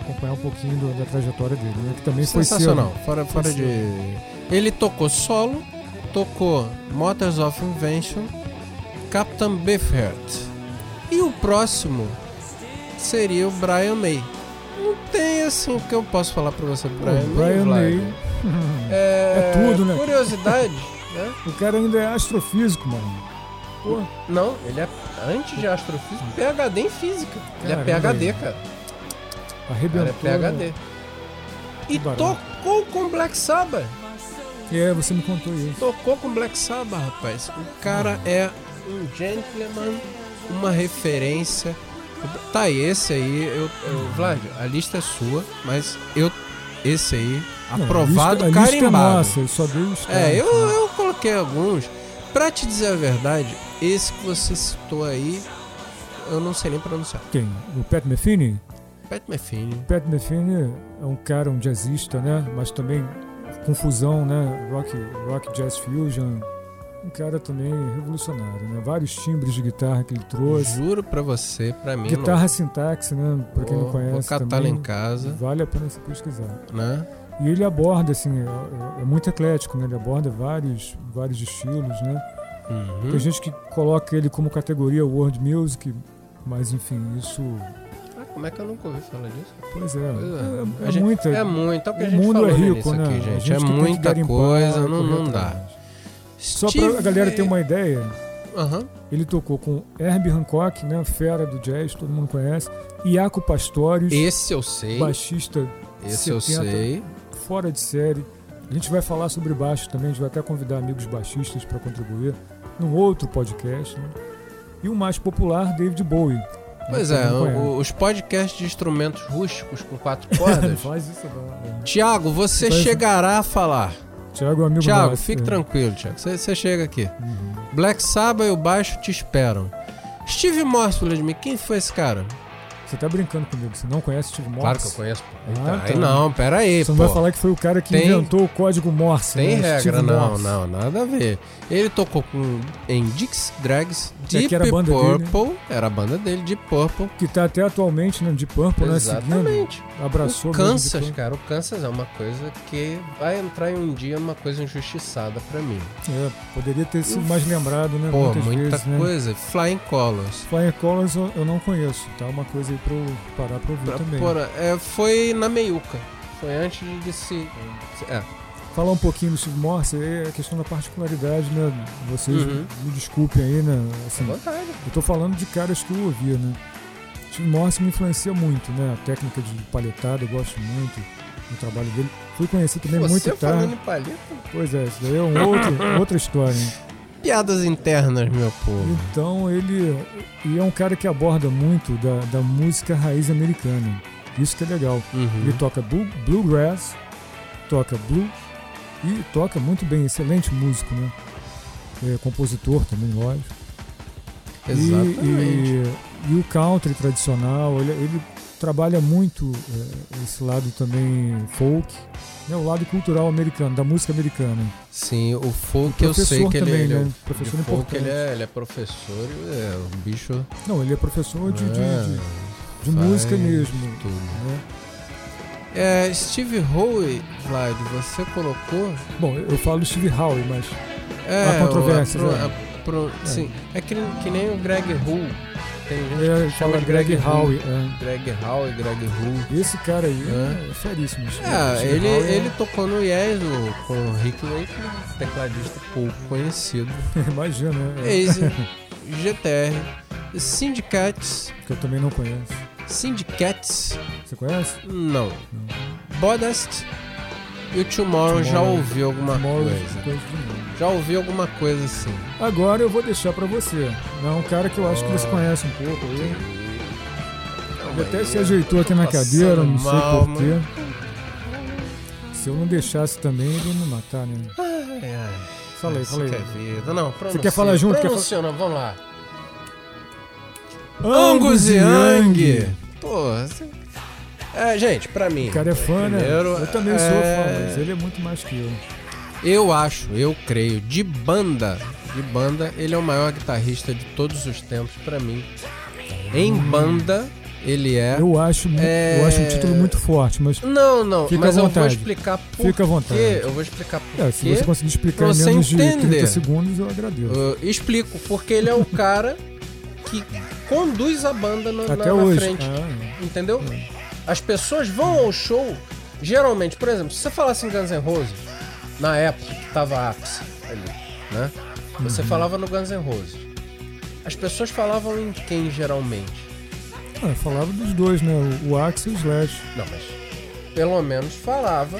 Speaker 2: Acompanhar um pouquinho do- da trajetória dele, né? Que também foi
Speaker 1: é Sensacional.
Speaker 2: cedo.
Speaker 1: Fora, fora
Speaker 2: Foi
Speaker 1: de. Ele tocou solo, tocou Motors of Invention, Captain Beefheart. E o próximo seria o Brian May. Não tem assim o que eu posso falar pra você do
Speaker 2: Pô,
Speaker 1: Brian,
Speaker 2: Brian
Speaker 1: May.
Speaker 2: May.
Speaker 1: Vlad. É,
Speaker 2: É tudo, né?
Speaker 1: Curiosidade, né?
Speaker 2: o cara ainda é astrofísico, mano. Pô,
Speaker 1: Não, ele é antes de astrofísica, PhD em física. Ele é
Speaker 2: Caramba,
Speaker 1: PhD,
Speaker 2: aí.
Speaker 1: cara. O cara
Speaker 2: arrebentou.
Speaker 1: é PhD. E
Speaker 2: barato.
Speaker 1: tocou com Black Sabbath.
Speaker 2: É, você me contou isso.
Speaker 1: tocou com Black Sabbath, rapaz. O cara é um gentleman, uma referência. Tá, e esse aí, eu, eu- Vlad, a lista é sua, mas eu, esse aí,
Speaker 2: Não,
Speaker 1: aprovado,
Speaker 2: a lista, a lista é
Speaker 1: carimbado.
Speaker 2: nossa, eu só dei os
Speaker 1: é,
Speaker 2: caras,
Speaker 1: eu,
Speaker 2: né?
Speaker 1: eu coloquei alguns. Pra te dizer a verdade, esse que você citou aí, eu não sei nem pronunciar.
Speaker 2: Quem? O Pat Metheny?
Speaker 1: Pat Metheny.
Speaker 2: Pat Metheny é um cara, um jazzista, né? Mas também confusão, né? Rock, rock jazz fusion. Um cara também revolucionário, né? Vários timbres de guitarra que ele trouxe.
Speaker 1: Juro pra você, pra mim,
Speaker 2: Guitarra sintaxe, né? Pra
Speaker 1: não.
Speaker 2: quem
Speaker 1: Vou,
Speaker 2: não
Speaker 1: vou
Speaker 2: conhece
Speaker 1: catar lá
Speaker 2: também.
Speaker 1: em casa,
Speaker 2: Vale a pena se pesquisar.
Speaker 1: né?
Speaker 2: E ele aborda, assim, é, é muito eclético, né? Ele aborda vários, vários estilos, né? Tem
Speaker 1: Uhum.
Speaker 2: gente que coloca ele como categoria World Music, mas enfim, isso...
Speaker 1: Ah, como é que eu nunca ouvi falar disso?
Speaker 2: Pois é, é,
Speaker 1: É,
Speaker 2: é
Speaker 1: a gente-
Speaker 2: muita...
Speaker 1: É muito, é o que a
Speaker 2: O
Speaker 1: gente
Speaker 2: mundo
Speaker 1: falou
Speaker 2: é
Speaker 1: no
Speaker 2: rico,
Speaker 1: início
Speaker 2: né?
Speaker 1: aqui,
Speaker 2: A
Speaker 1: gente.
Speaker 2: gente
Speaker 1: é
Speaker 2: que tem que
Speaker 1: muita
Speaker 2: garimpar,
Speaker 1: coisa, não,
Speaker 2: correr
Speaker 1: não dá.
Speaker 2: atrás. é tá. né? Só pra a galera ter uma ideia,
Speaker 1: Aham.
Speaker 2: ele tocou com Herbie Hancock, né? Fera do jazz, todo mundo conhece. Iaco Pastorius,
Speaker 1: Esse eu sei.
Speaker 2: baixista
Speaker 1: Esse eu
Speaker 2: 70.
Speaker 1: sei.
Speaker 2: fora de série. A gente vai falar sobre baixo também, a gente vai até convidar amigos baixistas para contribuir num outro podcast, né? E o mais popular, David Bowie. né,
Speaker 1: Pois
Speaker 2: todo
Speaker 1: é,
Speaker 2: mundo conhece.
Speaker 1: o- os podcasts de instrumentos rústicos com quatro
Speaker 2: Não
Speaker 1: cordas.
Speaker 2: faz isso não.
Speaker 1: Tiago, você
Speaker 2: Faz- um
Speaker 1: chegará a falar.
Speaker 2: Tiago é um amigo
Speaker 1: Tiago,
Speaker 2: nosso,
Speaker 1: fique
Speaker 2: é.
Speaker 1: tranquilo, Tiago. Você você chega aqui.
Speaker 2: Uhum.
Speaker 1: Black Sabbath e o baixo te esperam. Steve Morse, Vladimir, quem foi esse cara?
Speaker 2: Você tá brincando comigo, você não conhece Steve Morse?
Speaker 1: conheço. pô. Então,
Speaker 2: Ah,
Speaker 1: Aí
Speaker 2: tá.
Speaker 1: não, peraí, pô.
Speaker 2: Você não vai falar que foi o cara que
Speaker 1: Tem-
Speaker 2: inventou o código Morse,
Speaker 1: Tem
Speaker 2: né? Steve
Speaker 1: regra, não,
Speaker 2: Morse.
Speaker 1: não, nada a ver. Ele tocou com, em Dix Drags,
Speaker 2: Que
Speaker 1: Deep
Speaker 2: era a banda dele, né?
Speaker 1: Purple, era a banda dele, Deep Purple.
Speaker 2: Que tá até atualmente no Deep Purple, né?
Speaker 1: Exatamente.
Speaker 2: Seguindo, abraçou
Speaker 1: o
Speaker 2: mesmo
Speaker 1: Kansas,
Speaker 2: Deep
Speaker 1: cara, o Kansas é uma coisa que vai entrar em um dia numa coisa injustiçada pra mim.
Speaker 2: Purple. É, poderia ter sido mais lembrado, né?
Speaker 1: Pô,
Speaker 2: Muitas
Speaker 1: muita
Speaker 2: vezes, né?
Speaker 1: coisa. Flying Colors.
Speaker 2: Flying Colors eu eu não conheço, tá? Uma coisa aí pra eu parar pra ouvir
Speaker 1: Pra-
Speaker 2: também.
Speaker 1: porra, é, foi na meiuca. Foi antes de, de se. É,
Speaker 2: Falar um pouquinho do Steve Morse é a questão da particularidade, né? Vocês
Speaker 1: Uhum.
Speaker 2: me desculpem aí, né? Assim,
Speaker 1: à vontade.
Speaker 2: Eu tô falando de caras que eu ouvia, né? Steve Morse me influencia muito, né? A técnica de palhetada, eu gosto muito do trabalho dele. Fui conhecer também
Speaker 1: Você
Speaker 2: muito tarde.
Speaker 1: falando em palito.
Speaker 2: Pois é, isso daí é um outro- outra história. hein?
Speaker 1: Piadas internas, meu povo.
Speaker 2: Então ele e é um cara que aborda muito da, da música raiz americana. Isso que é legal.
Speaker 1: Uhum.
Speaker 2: Ele toca blu- bluegrass, toca blue e toca muito bem, excelente músico, né? É, compositor também, lógico. E-
Speaker 1: Exatamente.
Speaker 2: E, e o country tradicional, ele, ele trabalha muito é, esse lado também folk, né, o lado cultural americano, da música americana.
Speaker 1: Sim, o folk eu
Speaker 2: Um professor
Speaker 1: sei que ele,
Speaker 2: também,
Speaker 1: ele é
Speaker 2: né?
Speaker 1: um-
Speaker 2: Professor
Speaker 1: de folk,
Speaker 2: importante.
Speaker 1: ele é, ele é professor, e é um bicho
Speaker 2: Não, ele é professor de, de-
Speaker 1: é,
Speaker 2: de- de
Speaker 1: faz
Speaker 2: música mesmo.
Speaker 1: tudo.
Speaker 2: né?
Speaker 1: É, Steve Howe, Vlad, você colocou.
Speaker 2: Bom, eu falo Steve Howe, mas.
Speaker 1: É,
Speaker 2: Há controvérsias,
Speaker 1: o- a
Speaker 2: é.
Speaker 1: pro- a pro- Sim, é que, que nem o Greg Hull. Tem gente
Speaker 2: É,
Speaker 1: que
Speaker 2: fala
Speaker 1: chama de
Speaker 2: Greg Howe.
Speaker 1: Hull.
Speaker 2: é.
Speaker 1: Greg Howe, Greg Hull.
Speaker 2: Esse cara aí
Speaker 1: É.
Speaker 2: é, feríssimo. Steve-
Speaker 1: É,
Speaker 2: Steve
Speaker 1: ele,
Speaker 2: Howe é-
Speaker 1: ele tocou no Yes o- com o Rick Lake, um tecladista pouco conhecido.
Speaker 2: Imagina, né?
Speaker 1: Ex, GTR, Syndicates,
Speaker 2: Que eu também não conheço.
Speaker 1: Syndicates,
Speaker 2: Você conhece?
Speaker 1: não. Bodast e o Tomorrow já
Speaker 2: Tomorrow.
Speaker 1: ouvi alguma
Speaker 2: Morris,
Speaker 1: coisa.
Speaker 2: coisa de novo.
Speaker 1: Já ouvi alguma coisa assim.
Speaker 2: Agora eu vou deixar pra você. É um cara que eu acho que você conhece um pouco. Ele, ele até se ajeitou aqui na
Speaker 1: Tá passando
Speaker 2: cadeira, não sei
Speaker 1: mal,
Speaker 2: porquê. Se eu não deixasse também, ele ia me matar, né?
Speaker 1: Ai, ai.
Speaker 2: Fala aí, fala
Speaker 1: É,
Speaker 2: aí.
Speaker 1: Isso que é vida. Não, pronuncia.
Speaker 2: quer falar junto? Quer
Speaker 1: Pronuncia, não, vamos lá.
Speaker 2: Angus Young.
Speaker 1: Pô, você- é, gente, pra mim,
Speaker 2: O cara é fã, né?
Speaker 1: Primeiro,
Speaker 2: Eu também sou
Speaker 1: é-
Speaker 2: fã, mas ele é muito mais que eu.
Speaker 1: eu acho, eu creio, de banda, de banda, ele é o maior guitarrista de todos os tempos pra mim. Em banda, ele é...
Speaker 2: Eu acho, mu-
Speaker 1: É-
Speaker 2: eu acho um título muito forte, mas
Speaker 1: Não, não,
Speaker 2: Fica à
Speaker 1: mas eu vou
Speaker 2: vontade.
Speaker 1: explicar por
Speaker 2: fica à vontade.
Speaker 1: quê. Eu vou explicar por
Speaker 2: É, se
Speaker 1: quê.
Speaker 2: você conseguir explicar em
Speaker 1: Pra você
Speaker 2: menos de
Speaker 1: entender.
Speaker 2: 30 segundos, eu agradeço.
Speaker 1: Eu explico, porque ele é o cara que conduz a banda na, na-
Speaker 2: Até
Speaker 1: na
Speaker 2: hoje.
Speaker 1: frente.
Speaker 2: Ah,
Speaker 1: Entendeu? As pessoas vão ao show, geralmente, por exemplo, se você falasse em Guns N' Roses, na época que tava ápice ali, né? Você
Speaker 2: Uhum.
Speaker 1: falava no Guns N' Roses. As pessoas falavam em quem geralmente?
Speaker 2: é. Ah, falava dos dois, né? O- O Axe e o Slash.
Speaker 1: Não, mas pelo menos falava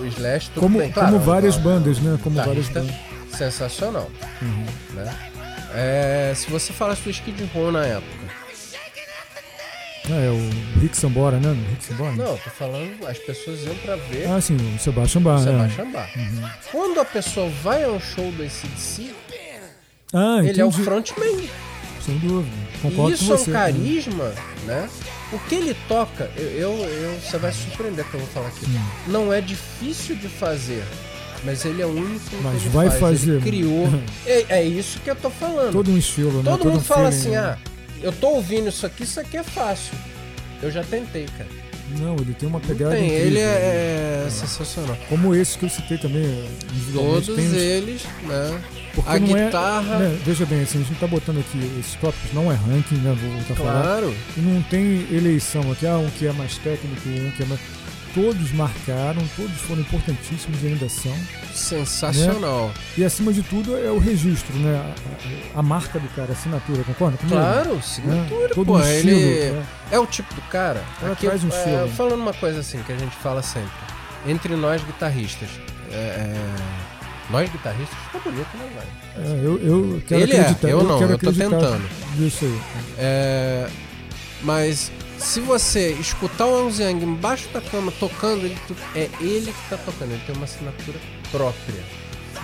Speaker 1: o Slash, tudo
Speaker 2: Uhum. Como,
Speaker 1: bem, claro. Tá, então.
Speaker 2: como várias
Speaker 1: não,
Speaker 2: bandas, né? Como várias
Speaker 1: guitarrista
Speaker 2: bandas. Uhum.
Speaker 1: sensacional. Né? É, se você falasse do Skid Row na época,
Speaker 2: Ah, é o Rick Sambora, né? Rick Sambora?
Speaker 1: não, eu tô falando, as pessoas iam pra ver
Speaker 2: Ah, sim, o Sebastian Bach, né?
Speaker 1: Sebastian Bach. Quando a pessoa vai a um show do ACDC,
Speaker 2: Ah, entendi.
Speaker 1: ele é o frontman.
Speaker 2: Sem dúvida.
Speaker 1: E
Speaker 2: Concordo
Speaker 1: isso
Speaker 2: com
Speaker 1: é
Speaker 2: você.
Speaker 1: um carisma, né? O que ele toca, eu, eu- eu- você vai se surpreender que eu vou falar aqui. Não é difícil de fazer, mas ele é o único que
Speaker 2: Mas
Speaker 1: ele
Speaker 2: vai
Speaker 1: faz.
Speaker 2: fazer.
Speaker 1: Ele criou. é, é isso que eu tô falando. Todo,
Speaker 2: Todo um estilo, né? Todo
Speaker 1: mundo
Speaker 2: um
Speaker 1: fala
Speaker 2: feeling,
Speaker 1: assim,
Speaker 2: né?
Speaker 1: ah, eu tô ouvindo isso aqui, isso aqui é fácil. Eu já tentei, cara.
Speaker 2: Não, ele tem uma pegada
Speaker 1: ah, Tem,
Speaker 2: incrível. né?
Speaker 1: ele é, é sensacional.
Speaker 2: Como esse que eu citei também, eh, individualmente,
Speaker 1: Todos
Speaker 2: tem uns-
Speaker 1: eles, né?
Speaker 2: porque
Speaker 1: a
Speaker 2: não é-
Speaker 1: guitarra-
Speaker 2: né, veja bem, assim, a gente não tá botando aqui esses tópicos, não é ranking, né? Vou voltar a falar.
Speaker 1: Claro.
Speaker 2: E não tem eleição aqui, ah, um que é mais técnico, um que é mais. Todos marcaram, todos foram importantíssimos e ainda são.
Speaker 1: Sensacional.
Speaker 2: E acima de tudo é o registro, né? A, a- a marca do cara, a assinatura, concorda? comigo?
Speaker 1: Claro,
Speaker 2: Né?
Speaker 1: signature,
Speaker 2: Todo
Speaker 1: pô.
Speaker 2: um estilo,
Speaker 1: Ele
Speaker 2: né?
Speaker 1: é o tipo do cara.
Speaker 2: Ela
Speaker 1: aqui,
Speaker 2: traz um
Speaker 1: é,
Speaker 2: estilo.
Speaker 1: falando uma coisa assim que a gente fala sempre. Entre nós guitarristas. é, é, nós guitarristas ficou bonito, né, velho?
Speaker 2: É, eu, eu quero
Speaker 1: Ele é,
Speaker 2: acreditar.
Speaker 1: eu não,
Speaker 2: quero
Speaker 1: eu tô
Speaker 2: acreditar
Speaker 1: tentando.
Speaker 2: Isso aí.
Speaker 1: É, mas se você escutar o Angus Young embaixo da cama tocando, ele, tu- é ele que tá tocando, ele tem uma assinatura própria.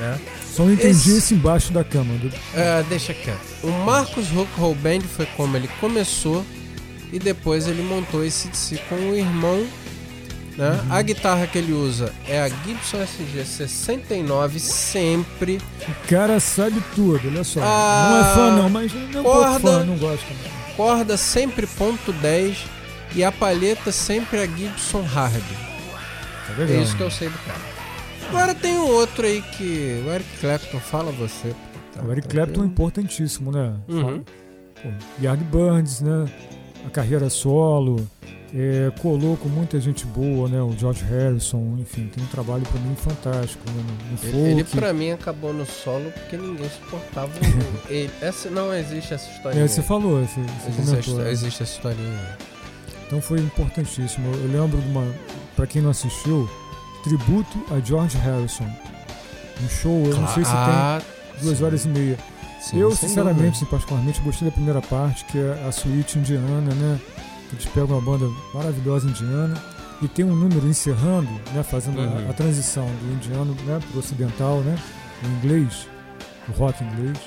Speaker 1: Né?
Speaker 2: Só não entendi
Speaker 1: Esse-
Speaker 2: esse... embaixo da cama. do-
Speaker 1: É, deixa quieto. O Marcus Rockhold Band foi como ele começou e depois ele montou esse DC com o irmão. Né?
Speaker 2: Uhum.
Speaker 1: A guitarra que ele usa é a Gibson SG69 sempre.
Speaker 2: O cara sabe tudo, olha só.
Speaker 1: Ah,
Speaker 2: não é fã não, mas não é um pouco
Speaker 1: corda.
Speaker 2: fã, não gosta. né? não.
Speaker 1: Corda sempre ponto .10 e a palheta sempre a Gibson Hard.
Speaker 2: Tá
Speaker 1: É
Speaker 2: legal.
Speaker 1: isso que eu sei do cara. Agora tem um outro aí que o Eric Clapton fala você. porque tá-
Speaker 2: O Eric
Speaker 1: tá-
Speaker 2: Clapton é importantíssimo, né?
Speaker 1: Uhum.
Speaker 2: Pô, Yardbirds, né? A carreira solo. é, colou com muita gente boa, né? O George Harrison, enfim, tem um trabalho pra mim fantástico. Né? No, no
Speaker 1: Ele, ele
Speaker 2: folk.
Speaker 1: pra mim acabou no solo porque ninguém suportava o- ele. Essa, não existe essa história.
Speaker 2: É, você falou, você, você
Speaker 1: existe,
Speaker 2: comentou.
Speaker 1: essa,
Speaker 2: né?
Speaker 1: existe essa historinha.
Speaker 2: Então foi importantíssimo. Eu lembro de uma, para quem não assistiu, tributo a George Harrison. Um show, eu não sei se tem duas horas e meia.
Speaker 1: sim,
Speaker 2: eu,
Speaker 1: sem
Speaker 2: sinceramente, assim, particularmente, gostei da primeira parte, que é a suíte indiana, né? Eles pegam uma banda maravilhosa indiana e tem um número encerrando, né? Fazendo a-
Speaker 1: Uhum.
Speaker 2: a, transição do indiano né, pro ocidental, né? O inglês, o rock inglês.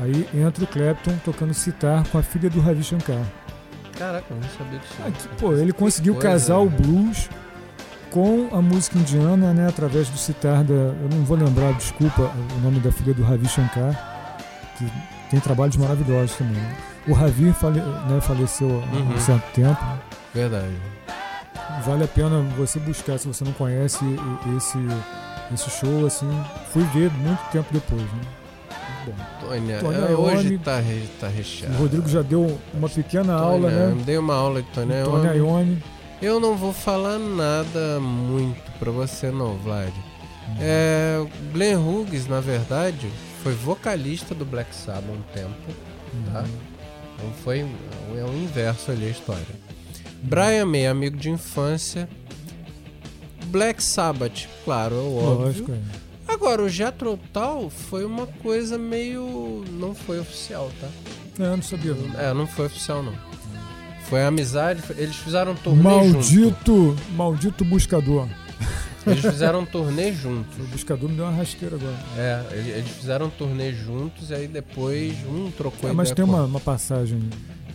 Speaker 2: Aí entra o Clapton tocando citar com a filha do Ravi Shankar.
Speaker 1: dúvida. Caraca, eu não sabia disso.
Speaker 2: Ah, que, pô, ele conseguiu
Speaker 1: coisa,
Speaker 2: casar o
Speaker 1: né?
Speaker 2: blues com a música indiana, né? Através do citar da. Eu não vou lembrar, desculpa, o nome da filha do Ravi Shankar, que tem trabalhos maravilhosos também. né. O Ravi fale- né, faleceu há
Speaker 1: Uhum.
Speaker 2: um certo tempo.
Speaker 1: Verdade.
Speaker 2: vale a pena você buscar se você não conhece esse, esse show, assim. Fui ver muito tempo depois, né? Muito bom.
Speaker 1: Tônia,
Speaker 2: Tônia
Speaker 1: eh, hoje
Speaker 2: Iommi.
Speaker 1: tá, re- tá recheado.
Speaker 2: O Rodrigo já deu uma pequena aula, né?
Speaker 1: Dei uma aula de Tony
Speaker 2: Tony
Speaker 1: Iommi.
Speaker 2: Ione.
Speaker 1: Eu não vou falar nada muito pra você não, Vlad.
Speaker 2: Uhum.
Speaker 1: É, o Glenn Hughes, na verdade, foi vocalista do Black Sabbath há um tempo. tá? Então foi é o inverso ali a história. Brian May, amigo de infância. Black Sabbath, claro, é o óbvio.
Speaker 2: Lógico, é.
Speaker 1: Agora, o Jethro Tull foi uma coisa meio... Não foi oficial, tá?
Speaker 2: É, eu não sabia. não.
Speaker 1: É, não foi oficial, não. Foi amizade, foi- eles fizeram um turnê junto.
Speaker 2: Maldito, maldito buscador.
Speaker 1: Eles fizeram um turnê junto.
Speaker 2: O buscador me deu uma rasteira agora.
Speaker 1: É, ele- eles fizeram um turnê juntos e aí depois um trocou
Speaker 2: É,
Speaker 1: ideia
Speaker 2: mas tem
Speaker 1: com
Speaker 2: uma,
Speaker 1: outro.
Speaker 2: uma passagem.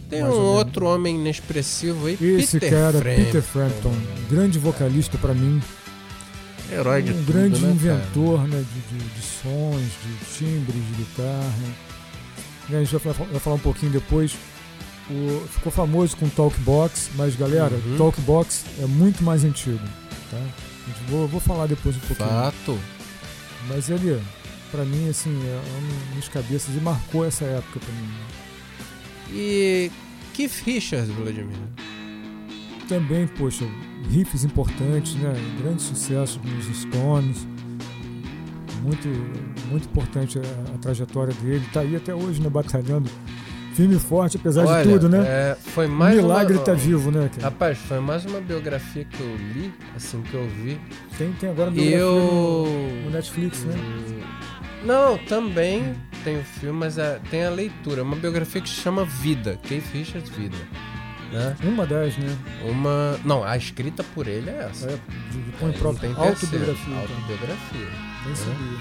Speaker 1: Tem
Speaker 2: mais
Speaker 1: um
Speaker 2: ou menos.
Speaker 1: outro homem inexpressivo aí,
Speaker 2: Esse
Speaker 1: Peter
Speaker 2: cara,
Speaker 1: Frampton.
Speaker 2: Peter Frampton, grande vocalista pra mim,
Speaker 1: Herói de
Speaker 2: um
Speaker 1: tudo,
Speaker 2: grande
Speaker 1: né,
Speaker 2: inventor né, de, de- de sons, de timbres, de guitarra. E a gente vai, fa- vai falar um pouquinho depois. O- ficou famoso com Talkbox, mas galera,
Speaker 1: Uhum.
Speaker 2: Talkbox é muito mais antigo. Tá? A gente- Vou, vou falar depois um pouquinho.
Speaker 1: Cara. Fato.
Speaker 2: Mas ele, pra mim, assim, é um dos cabeças e marcou essa época pra mim.
Speaker 1: E Keith Richards, Vladimir.
Speaker 2: Também, poxa, riffs importantes, né? Grande sucesso dos Stones. Muito, muito importante a, a trajetória dele. Tá aí até hoje, né? Batalhando. Firme e forte, apesar
Speaker 1: Olha,
Speaker 2: de tudo, né?
Speaker 1: é, foi
Speaker 2: O
Speaker 1: mais
Speaker 2: milagre
Speaker 1: uma...
Speaker 2: tá vivo, né? cara?
Speaker 1: Rapaz, foi mais uma biografia que eu li, assim, que eu vi.
Speaker 2: Tem, tem agora
Speaker 1: E
Speaker 2: biografia
Speaker 1: eu... Hum,
Speaker 2: no, no Netflix, né?
Speaker 1: Não, também tem o filme, mas a- tem a leitura. É Uma biografia que se chama Vida, Keith Richards Vida. Né?
Speaker 2: Uma das, né?
Speaker 1: Uma. Não, a escrita por ele é essa.
Speaker 2: É, de, de
Speaker 1: Não
Speaker 2: cunho próprio.
Speaker 1: terceiro. né?
Speaker 2: Autobiografia. Então.
Speaker 1: Autobiografia.
Speaker 2: Nem sabia.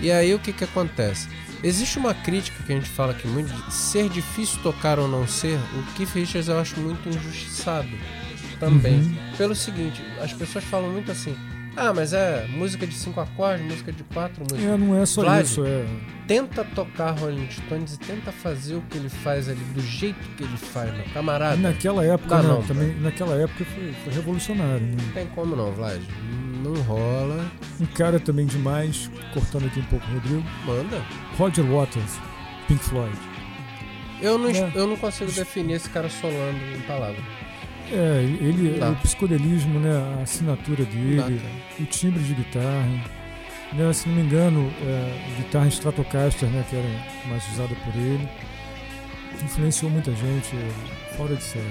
Speaker 1: E aí o que que acontece? Existe uma crítica que a gente fala aqui muito de ser difícil tocar ou não ser. O Keith Richards eu acho muito injustiçado também.
Speaker 2: Uhum.
Speaker 1: Pelo seguinte, as pessoas falam muito assim: ah, mas é música de cinco acordes, música de quatro, música
Speaker 2: É, não é só
Speaker 1: Vlad,
Speaker 2: isso. É,
Speaker 1: tenta tocar Rolling Stones e tenta fazer o que ele faz ali, do jeito que ele faz, meu camarada. Não
Speaker 2: Naquela época,
Speaker 1: Dá
Speaker 2: né?
Speaker 1: não,
Speaker 2: também, naquela época foi, foi revolucionário. né?
Speaker 1: tem como não, Vlad. Não rola.
Speaker 2: Um cara também demais, cortando aqui um pouco o Rodrigo,
Speaker 1: Manda.
Speaker 2: Roger Waters, Pink Floyd.
Speaker 1: Eu não,
Speaker 2: É.
Speaker 1: eu não consigo definir esse cara solando em palavras.
Speaker 2: É, ele,
Speaker 1: Tá.
Speaker 2: o psicodelismo, né? A assinatura
Speaker 1: Não dá,
Speaker 2: dele,
Speaker 1: cara.
Speaker 2: o timbre de guitarra. Né, se não me engano, é, guitarra Stratocaster, né? Que era mais usada por ele. Influenciou muita gente, é, fora de série.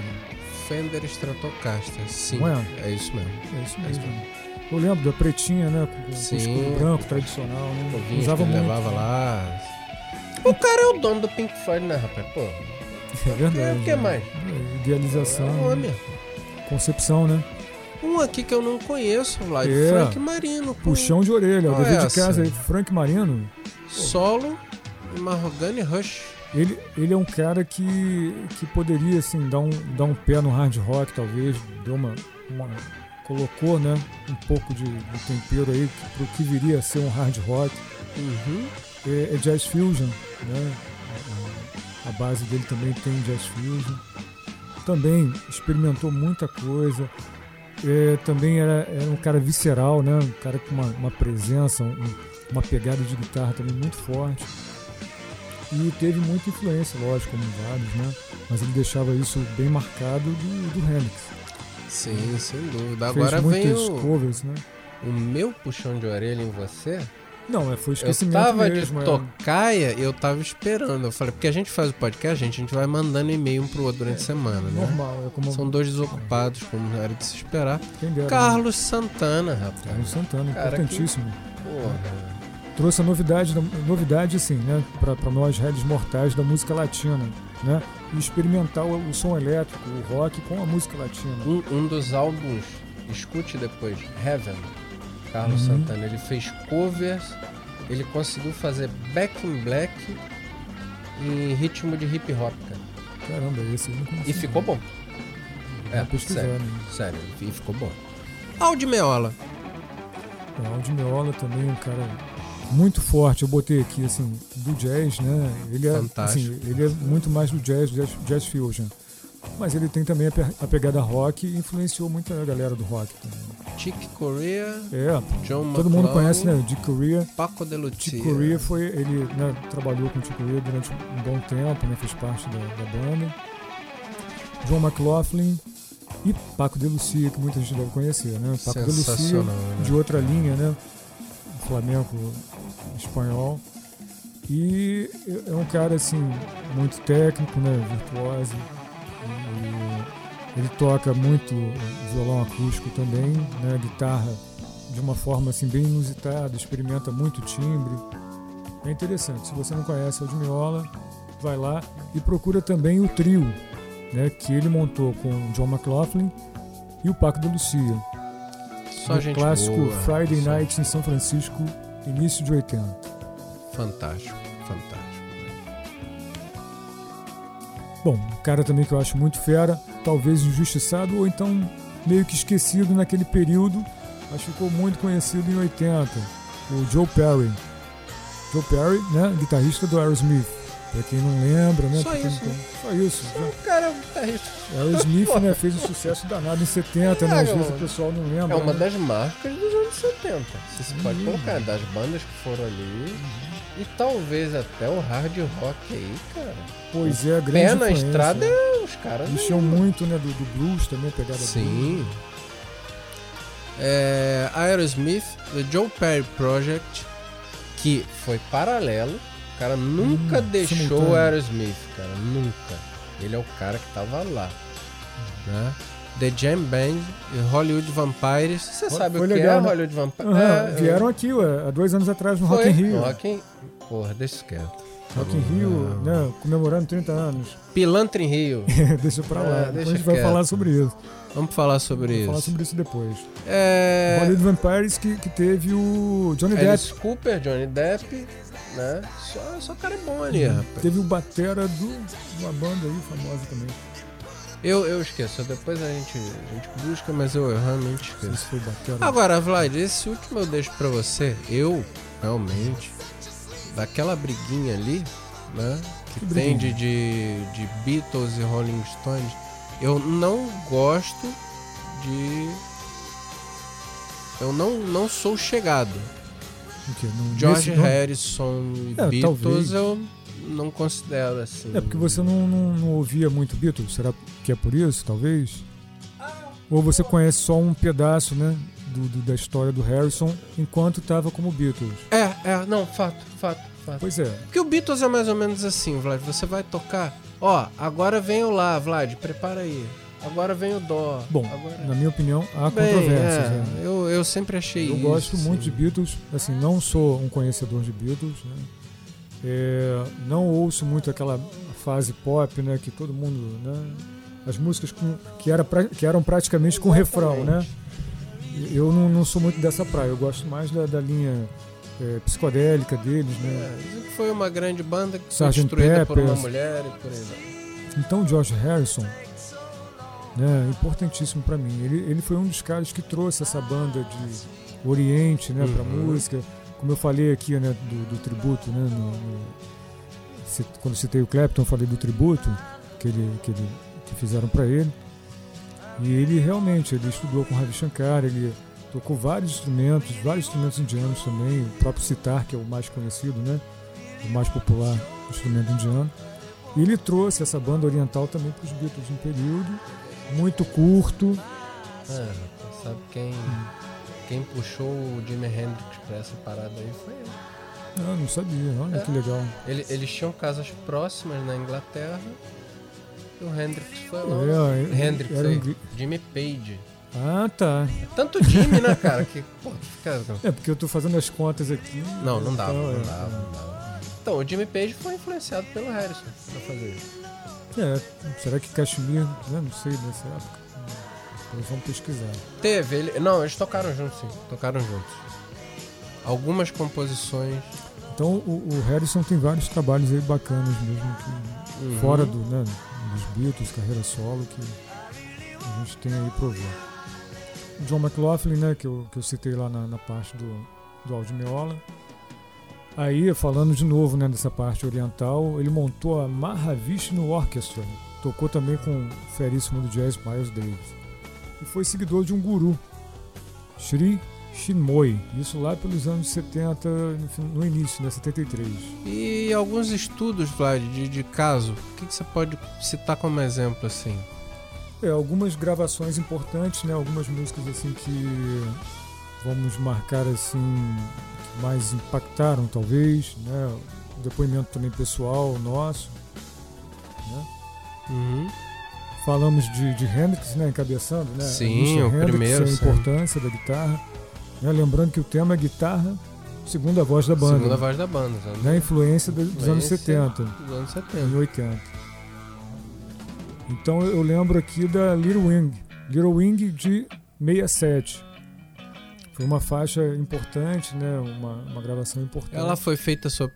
Speaker 1: Fender Stratocaster, sim.
Speaker 2: Não
Speaker 1: é? isso mesmo.
Speaker 2: É isso
Speaker 1: É isso
Speaker 2: mesmo. Eu lembro da pretinha, né? Com, com
Speaker 1: Sim.
Speaker 2: escudo branco, tradicional, né?
Speaker 1: Ouvinte
Speaker 2: Usava
Speaker 1: que ele
Speaker 2: muito.
Speaker 1: levava lá. O cara é o dono do Pink Floyd, né, rapaz? Pô,
Speaker 2: É verdade.
Speaker 1: o que
Speaker 2: né?
Speaker 1: mais?
Speaker 2: É,
Speaker 1: é
Speaker 2: Idealização.
Speaker 1: um
Speaker 2: né?
Speaker 1: homem.
Speaker 2: Concepção, né?
Speaker 1: Um aqui que eu não conheço, Vlad.
Speaker 2: É.
Speaker 1: Frank Marino. pô.
Speaker 2: Puxão de orelha, o
Speaker 1: Qual é
Speaker 2: dever de
Speaker 1: essa?
Speaker 2: casa aí. Frank Marino,
Speaker 1: Solo, Mahogany Rush.
Speaker 2: ele, ele é um cara que, que poderia, assim, dar um, dar um pé no hard rock, talvez. Deu uma. uma- colocou, né? Um pouco de, de tempero aí pro que viria a ser um hard rock.
Speaker 1: Uhum.
Speaker 2: É, é jazz fusion, né? A- A a base dele também tem jazz fusion. Também experimentou muita coisa. É, também era, era um cara visceral, né? Um cara com uma, uma presença, um- uma pegada de guitarra também muito forte. E teve muita influência, lógico, como vários, né? Mas ele deixava isso bem marcado do, do Hendrix.
Speaker 1: Sim, sem dúvida. Agora
Speaker 2: Fez
Speaker 1: vem
Speaker 2: muitos
Speaker 1: o,
Speaker 2: covers, né?
Speaker 1: o meu puxão de orelha em você.
Speaker 2: Não, é, foi
Speaker 1: Eu
Speaker 2: esquecimento
Speaker 1: tava
Speaker 2: mesmo.
Speaker 1: de
Speaker 2: é.
Speaker 1: tocaia e eu tava esperando. Eu falei, porque a gente faz o podcast, gente, a gente vai mandando e-mail um pro outro durante a semana, né?
Speaker 2: normal, é como
Speaker 1: São dois desocupados, como era de se esperar.
Speaker 2: quem dera. né?
Speaker 1: Carlos Santana, rapaz.
Speaker 2: Carlos Santana,
Speaker 1: É. Cara, que-
Speaker 2: importantíssimo.
Speaker 1: Porra.
Speaker 2: trouxe a novidade, da- novidade assim, né, para nós réis mortais da música latina, né, e experimentar o, o som elétrico, o rock com a música latina.
Speaker 1: Um, um dos álbuns, escute depois, Heaven, Carlos
Speaker 2: Uhum.
Speaker 1: Santana. Ele fez covers, ele conseguiu fazer Back in Black em ritmo de hip hop, cara.
Speaker 2: Caramba, esse eu não conhecia.
Speaker 1: E ficou bom. É,
Speaker 2: Vou pesquisar,
Speaker 1: sério.
Speaker 2: né?
Speaker 1: Sério, e ficou bom. Aldi Meola.
Speaker 2: É, O Aldi Meola também, um cara muito forte. Eu botei aqui assim do jazz, né? Ele é,
Speaker 1: Fantástico.
Speaker 2: assim, ele é muito mais do jazz, jazz, jazz fusion. mas ele tem também a pe- a pegada rock e influenciou muito a galera do rock também.
Speaker 1: Chick Corea,
Speaker 2: É,
Speaker 1: John
Speaker 2: todo mundo
Speaker 1: McCloud,
Speaker 2: conhece, né? Dick Corea.
Speaker 1: Paco de
Speaker 2: Chick
Speaker 1: Lucia.
Speaker 2: Corea foi, ele né, trabalhou com Chick Corea durante um bom tempo, né, fez parte da, da banda. John McLaughlin e Paco de Lucia, que muita gente deve conhecer, né? Paco de Lucia,
Speaker 1: Sensacional, né?
Speaker 2: de outra linha, né? Flamengo espanhol. E é um cara, assim, muito técnico, né? Virtuoso. E ele toca muito violão acústico também, né? Guitarra de uma forma, assim, bem inusitada. Experimenta muito timbre. É interessante. Se você não conhece o Admiola, vai lá e procura também o trio, né? Que ele montou com o John McLaughlin e o Paco de Lucia
Speaker 1: Só
Speaker 2: né? do
Speaker 1: gente
Speaker 2: clássico
Speaker 1: boa.
Speaker 2: Friday
Speaker 1: Só-
Speaker 2: Night em São Francisco, início de 80.
Speaker 1: Fantástico, fantástico.
Speaker 2: Bom, um cara também que eu acho muito fera, talvez injustiçado ou então meio que esquecido naquele período, mas ficou muito conhecido em 80, o Joe Perry. Joe Perry, né, guitarrista do Aerosmith. Pra quem não lembra, né?
Speaker 1: Só
Speaker 2: pra quem
Speaker 1: isso,
Speaker 2: não
Speaker 1: né?
Speaker 2: tem- Só isso. já-
Speaker 1: O cara é um guitarrista.
Speaker 2: Aerosmith né, fez um sucesso danado em 70, né? Às vezes o pessoal não lembra.
Speaker 1: É uma
Speaker 2: né?
Speaker 1: das marcas dos anos 70. Se você pode
Speaker 2: Hum.
Speaker 1: colocar, das bandas que foram ali. E talvez até o hard rock aí, cara.
Speaker 2: Pois é, grande
Speaker 1: Pé na
Speaker 2: influência. né?
Speaker 1: estrada, é os caras.
Speaker 2: Mexeu muito, né, do, do blues também, a pegada blues.
Speaker 1: Sim. É, Aerosmith, The Joe Perry Project, que foi paralelo. O cara nunca
Speaker 2: Hum,
Speaker 1: deixou
Speaker 2: simultâneo.
Speaker 1: o Aerosmith, cara. Nunca. Ele é o cara que tava lá. Né? The Jam Band e Hollywood Vampires. Você
Speaker 2: Foi-
Speaker 1: sabe
Speaker 2: foi
Speaker 1: o que
Speaker 2: legal,
Speaker 1: é
Speaker 2: né?
Speaker 1: Hollywood Vampires?
Speaker 2: Aham, vieram aqui ué, há dois anos atrás no Rock in Rio. Rock,
Speaker 1: Rock in... Porra, deixa quieto.
Speaker 2: in Rio,
Speaker 1: Ah.
Speaker 2: né, comemorando 30 anos.
Speaker 1: Pilantra em Rio.
Speaker 2: deixa pra lá,
Speaker 1: É,
Speaker 2: depois
Speaker 1: deixa
Speaker 2: a gente vai
Speaker 1: quieto.
Speaker 2: falar sobre isso.
Speaker 1: Vamos falar sobre
Speaker 2: Vamos
Speaker 1: isso.
Speaker 2: falar sobre isso depois.
Speaker 1: É...
Speaker 2: Hollywood Vampires que, que teve o Johnny Depp.
Speaker 1: Alice Cooper, Johnny Depp, né? Só, só cara bom ali,
Speaker 2: Uhum.
Speaker 1: rapaz.
Speaker 2: Teve o Batera do, de uma banda aí famosa também. Não
Speaker 1: Eu, eu esqueço, depois a gente, a gente busca, mas eu, eu realmente
Speaker 2: sei
Speaker 1: esqueço.
Speaker 2: se foi Batera.
Speaker 1: Agora, Vlad, esse último eu deixo pra você. Eu, realmente, daquela briguinha ali, né? Que,
Speaker 2: Que
Speaker 1: tem
Speaker 2: briguinha?
Speaker 1: de, de, de Beatles e Rolling Stones, eu não gosto de. Eu não, não sou chegado.
Speaker 2: O quê? No-
Speaker 1: George
Speaker 2: nesse- não-
Speaker 1: Harrison e
Speaker 2: É,
Speaker 1: Beatles
Speaker 2: talvez.
Speaker 1: eu não considero assim.
Speaker 2: É porque você não, não- não ouvia muito Beatles, será que é por isso, talvez? Ou você conhece só um pedaço, né, do, do- da história do Harrison enquanto tava como Beatles.
Speaker 1: É, é, não, fato, fato, fato.
Speaker 2: Pois é,
Speaker 1: Porque o Beatles é mais ou menos assim, Vlad. Você vai tocar, ó, agora vem o lá, Vlad, prepara aí. Agora vem o dó.
Speaker 2: bom,
Speaker 1: agora...
Speaker 2: na minha opinião, há
Speaker 1: Bem,
Speaker 2: controvérsias. né?
Speaker 1: é, eu, eu sempre achei
Speaker 2: Eu
Speaker 1: isso.
Speaker 2: gosto muito de
Speaker 1: assim.
Speaker 2: Beatles, assim, não sou um conhecedor de Beatles, né? É, não ouço muito aquela fase pop, né, que todo mundo, né, as músicas com- que, era pra- que eram praticamente com refrão, né? Eu não, não sou muito dessa praia, eu gosto mais da, da linha é, psicodélica deles, né?
Speaker 1: É, dizem que foi uma grande banda que foi
Speaker 2: Sgt.
Speaker 1: destruída por uma
Speaker 2: Pepper's.
Speaker 1: mulher e por aí. vai.
Speaker 2: Então, George Harrison, né, importantíssimo para mim. Ele, ele foi um dos caras que trouxe essa banda de Oriente, né, para
Speaker 1: Uhum.
Speaker 2: música. Como eu falei aqui, né, do, do tributo, né, no- no- ci- quando citei o Clapton, eu falei do tributo que ele que, ele, que fizeram para ele. E ele realmente, ele estudou com Ravi Shankar, ele tocou vários instrumentos, vários instrumentos indianos também, o próprio sitar, que é o mais conhecido, né, o mais popular instrumento indiano. E ele trouxe essa banda oriental também para os Beatles um período muito curto.
Speaker 1: Ah, sabe
Speaker 2: Hum.
Speaker 1: quem, quem puxou o Jimi Hendrix pra essa parada aí foi ele.
Speaker 2: Eu Ah, não sabia, olha que legal.
Speaker 1: Ele- eles tinham casas próximas na Inglaterra. E o Hendrix foi lá.
Speaker 2: É, é,
Speaker 1: Hendrix
Speaker 2: era
Speaker 1: aí.
Speaker 2: ingl-
Speaker 1: Jimmy Page.
Speaker 2: Ah, tá.
Speaker 1: É Tanto Jimmy, né, cara? Que, pô, fica...
Speaker 2: É porque eu tô fazendo as contas aqui.
Speaker 1: Não, não dava,
Speaker 2: Então,
Speaker 1: não
Speaker 2: é.
Speaker 1: dava, não dava. Então, o Jimmy Page foi influenciado pelo Harrison pra fazer isso.
Speaker 2: É, será que Kashmir, né? Não sei nessa época. Depois vamos pesquisar.
Speaker 1: Teve, ele... Não, eles tocaram juntos, sim. Tocaram juntos. Algumas composições...
Speaker 2: Então o, o Harrison tem vários trabalhos aí bacanas mesmo, que-
Speaker 1: uhum.
Speaker 2: fora do, né, dos Beatles, carreira solo, que a gente tem aí pra ouvir. O John McLaughlin, né, que eu, que eu citei lá na, na parte do, do áudio Meola. Aí, falando de novo né, dessa parte oriental, ele montou a Mahavishnu Orchestra, Tocou também com o feríssimo do jazz Miles Davis. E foi seguidor de um guru, Sri Shinmoy. Isso lá pelos anos 70, no fin- no início, né? 73.
Speaker 1: E alguns estudos, Vlad, de, de caso, o que, que você pode citar como exemplo assim?
Speaker 2: É, algumas gravações importantes, né? Algumas músicas assim que vamos marcar assim que mais impactaram talvez, né? O depoimento também pessoal nosso.
Speaker 1: Uhum.
Speaker 2: Falamos de, de Hendrix, né? Encabeçando, né?
Speaker 1: Sim,
Speaker 2: Richard
Speaker 1: o
Speaker 2: Hendrix,
Speaker 1: primeiro,
Speaker 2: A
Speaker 1: sim.
Speaker 2: importância da guitarra. né, Lembrando que o tema é guitarra, segunda voz da banda.
Speaker 1: Segunda
Speaker 2: né,
Speaker 1: voz da banda, tá?
Speaker 2: né, influência da- dos anos
Speaker 1: Influência.
Speaker 2: 70.
Speaker 1: Dos anos
Speaker 2: É, em
Speaker 1: 70.
Speaker 2: 80. Então eu lembro aqui da Little Wing, Little Wing de 67. Foi uma faixa importante, né? Uma, uma gravação importante. É,
Speaker 1: Ela foi feita sob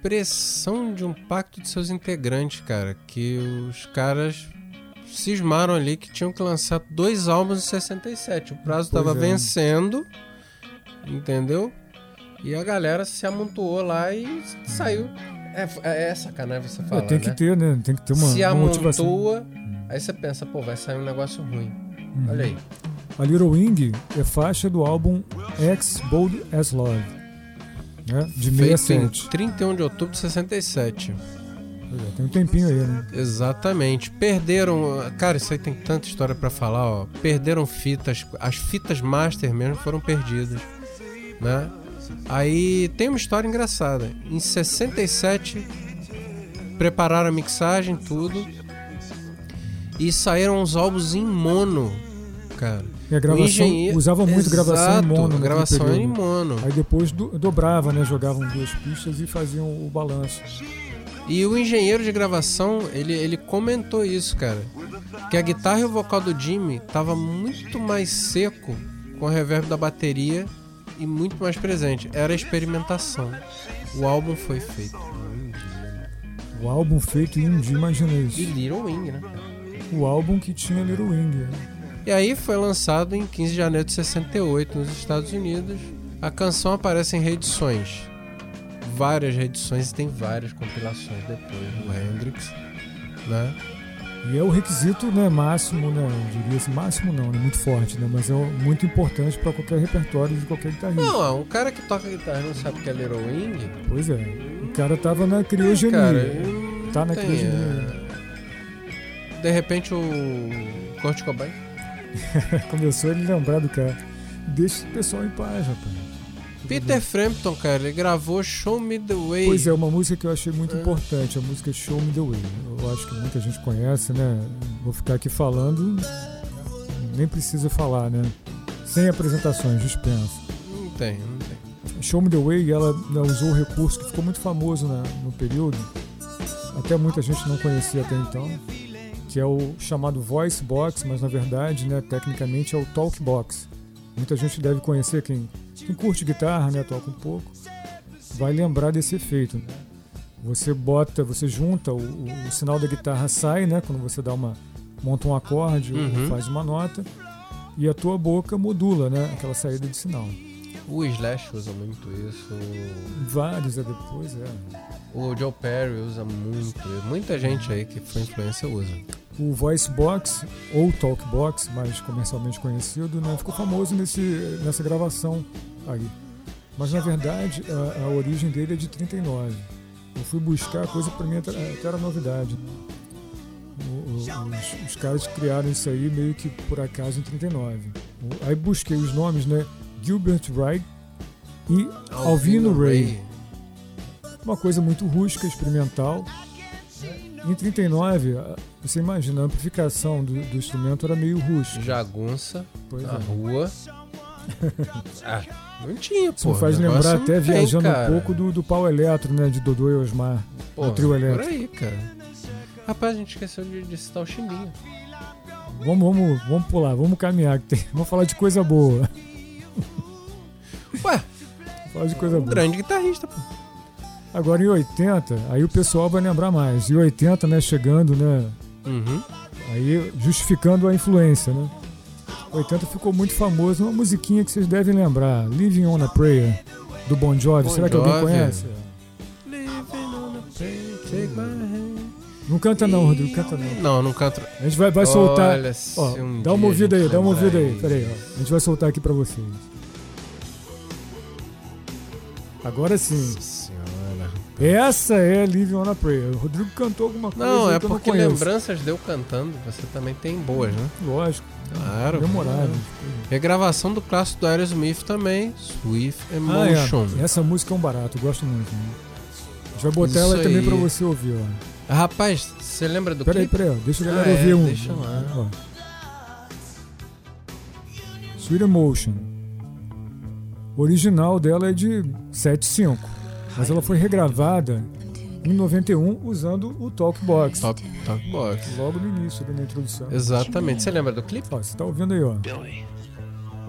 Speaker 1: pressão de um pacto de seus integrantes, cara. Que os caras cismaram ali que tinham que lançar dois álbuns em 67. O prazo
Speaker 2: Pois
Speaker 1: tava
Speaker 2: é.
Speaker 1: vencendo, entendeu? E a galera se amontoou lá e saiu. É, é sacanagem você falar,
Speaker 2: É, tem
Speaker 1: né?
Speaker 2: que ter, né? Tem que ter uma,
Speaker 1: se
Speaker 2: uma motivação.
Speaker 1: amontoa, aí você pensa, pô, vai sair um negócio ruim.
Speaker 2: Uhum.
Speaker 1: Olha aí.
Speaker 2: A Little Wing é faixa do álbum Ex Bold as Love, né? De
Speaker 1: Feito em
Speaker 2: 67.
Speaker 1: 31 de outubro de 67.
Speaker 2: Pois é, Tem um tempinho aí, né?
Speaker 1: Exatamente. Perderam. Cara, isso aí tem tanta história pra falar, ó. Perderam fitas. As fitas master mesmo foram perdidas. Né? Aí tem uma história engraçada. Em 67, prepararam a mixagem, tudo. E saíram os álbuns em mono, cara.
Speaker 2: E a
Speaker 1: O
Speaker 2: gravação
Speaker 1: engenheiro-
Speaker 2: usava muito gravação em
Speaker 1: Exato,
Speaker 2: mono. naquele
Speaker 1: Gravação
Speaker 2: período.
Speaker 1: em mono.
Speaker 2: Aí depois do- dobrava, né? Jogavam duas pistas e faziam o balanço.
Speaker 1: E o engenheiro de gravação, ele, ele comentou isso, cara. Que a guitarra e o vocal do Jimmy tava muito mais seco com o reverb da bateria e muito mais presente. Era a experimentação. O álbum foi feito.
Speaker 2: O álbum feito em um dia, imagina
Speaker 1: E
Speaker 2: isso.
Speaker 1: Little Wing, né?
Speaker 2: O álbum que tinha Little Wing. né?
Speaker 1: E aí foi lançado em 15 de janeiro de 68 nos Estados Unidos. A canção aparece em reedições. Várias reedições e tem várias compilações depois do Hendrix, né?
Speaker 2: E é o requisito né, máximo, né? Eu diria assim, máximo não, né, muito forte, né? Mas é o- muito importante para qualquer repertório de qualquer guitarrista.
Speaker 1: Não, um cara que toca guitarra e não sabe o que é Little Wing,
Speaker 2: Pois é. O cara tava na criogenia.
Speaker 1: Cara, eu
Speaker 2: Tá
Speaker 1: não
Speaker 2: na
Speaker 1: tenho,
Speaker 2: criogenia.
Speaker 1: é. De repente o Kurt Cobain.
Speaker 2: Começou a ele lembrar do cara. Deixa o pessoal em paz, rapaz.
Speaker 1: Peter Frampton, cara, ele gravou Show Me The Way.
Speaker 2: Uhum. Pois é, uma música que eu achei muito
Speaker 1: É.
Speaker 2: importante, a música Show Me The Way. Eu acho que muita gente conhece, né? Vou ficar aqui falando, nem precisa falar, né? Sem apresentações, dispensa.
Speaker 1: Não tem, não tem.
Speaker 2: Show Me The Way, ela né, usou um recurso que ficou muito famoso na- no período, até muita gente não conhecia até então, que é o chamado Voice Box, mas na verdade, né, tecnicamente é o Talk Box. Muita gente deve conhecer, quem, quem curte guitarra, né, toca um pouco, vai lembrar desse efeito. né? Você bota, você junta, o, o- o sinal da guitarra sai, né, quando você dá uma, monta um acorde
Speaker 1: Uhum.
Speaker 2: ou faz uma nota, e a tua boca modula, né, aquela saída de sinal.
Speaker 1: O Slash usa muito isso. o-
Speaker 2: Vários é depois, é.
Speaker 1: O Joe Perry usa muito. Muita gente aí que foi influência usa.
Speaker 2: O Voice Box, ou Talk Box, mais comercialmente conhecido, né, ficou famoso nesse, nessa gravação aí. Mas na verdade, a, a origem dele é de 39. Eu fui buscar a coisa para mim até, até era novidade. né. O- o- os, os caras criaram isso aí meio que por acaso em 39. O- Aí busquei os nomes, né? Gilbert Wright e Alvino Ray. uma coisa muito rústica, experimental. Em 39, a- você imagina, a amplificação do, do instrumento era meio rústica.
Speaker 1: Jagunça
Speaker 2: Pois
Speaker 1: na
Speaker 2: é.
Speaker 1: rua. Ah, não tinha, pô.
Speaker 2: Isso me faz
Speaker 1: o negócio
Speaker 2: lembrar
Speaker 1: não
Speaker 2: até
Speaker 1: tem,
Speaker 2: viajando
Speaker 1: cara.
Speaker 2: um pouco do, do pau eletro, né? De Dodô e Osmar.
Speaker 1: Pô,
Speaker 2: trio
Speaker 1: Por
Speaker 2: elétrico.
Speaker 1: aí, cara. Rapaz, a gente esqueceu de, de citar o Chimbinha.
Speaker 2: Vamos, vamos, vamos pular, vamos caminhar, que tem, vamos falar de coisa boa.
Speaker 1: Ué,
Speaker 2: Falar de coisa
Speaker 1: um
Speaker 2: boa.
Speaker 1: grande guitarrista, pô.
Speaker 2: Agora em 80, aí o pessoal vai lembrar mais. Em 80, né? Chegando, né?
Speaker 1: Uhum.
Speaker 2: Aí justificando a influência, né? 80 ficou muito famoso, uma musiquinha que vocês devem lembrar, Living on a Prayer, do Bon Jovi.
Speaker 1: Bon
Speaker 2: Será que alguém
Speaker 1: Jovi.
Speaker 2: conhece?
Speaker 1: Living on a prayer, take my hand.
Speaker 2: Não canta não, Rodrigo, canta não.
Speaker 1: Não, não canto.
Speaker 2: A gente vai, vai soltar.
Speaker 1: Olha, se
Speaker 2: Ó,
Speaker 1: um
Speaker 2: dá uma
Speaker 1: dia a
Speaker 2: ouvida
Speaker 1: gente
Speaker 2: aí, dá uma
Speaker 1: lembrar
Speaker 2: ouvida aí.
Speaker 1: isso.
Speaker 2: Pera aí, ó. A gente vai soltar aqui pra vocês. Agora sim.
Speaker 1: Nossa senhora.
Speaker 2: Essa é Live on a Prayer. O Rodrigo cantou alguma coisa.
Speaker 1: Não,
Speaker 2: aí
Speaker 1: é
Speaker 2: que eu
Speaker 1: porque
Speaker 2: conheço.
Speaker 1: lembranças de eu cantando, você também tem boas, né?
Speaker 2: Lógico,
Speaker 1: Claro.
Speaker 2: memorável.
Speaker 1: né? Regravação do clássico do Aerosmith também, Swift
Speaker 2: Ah,
Speaker 1: Emotion.
Speaker 2: é. Essa música é um barato, eu gosto muito. Né? A gente vai botar
Speaker 1: Isso
Speaker 2: ela aí também
Speaker 1: aí.
Speaker 2: pra você ouvir, ó.
Speaker 1: Rapaz, você lembra do
Speaker 2: Pera aí,
Speaker 1: clipe?
Speaker 2: pera aí, ó. deixa a
Speaker 1: Ah,
Speaker 2: galera
Speaker 1: é,
Speaker 2: ouvir um.
Speaker 1: deixa lá.
Speaker 2: ó. Sweet Emotion. O original dela é de 7.5, mas ela foi regravada em 91 usando o Talkbox.
Speaker 1: Top, top box.
Speaker 2: Logo no início, ali na introdução.
Speaker 1: Exatamente. Você lembra do clipe?
Speaker 2: Ó, você tá ouvindo aí, ó.
Speaker 3: Billy,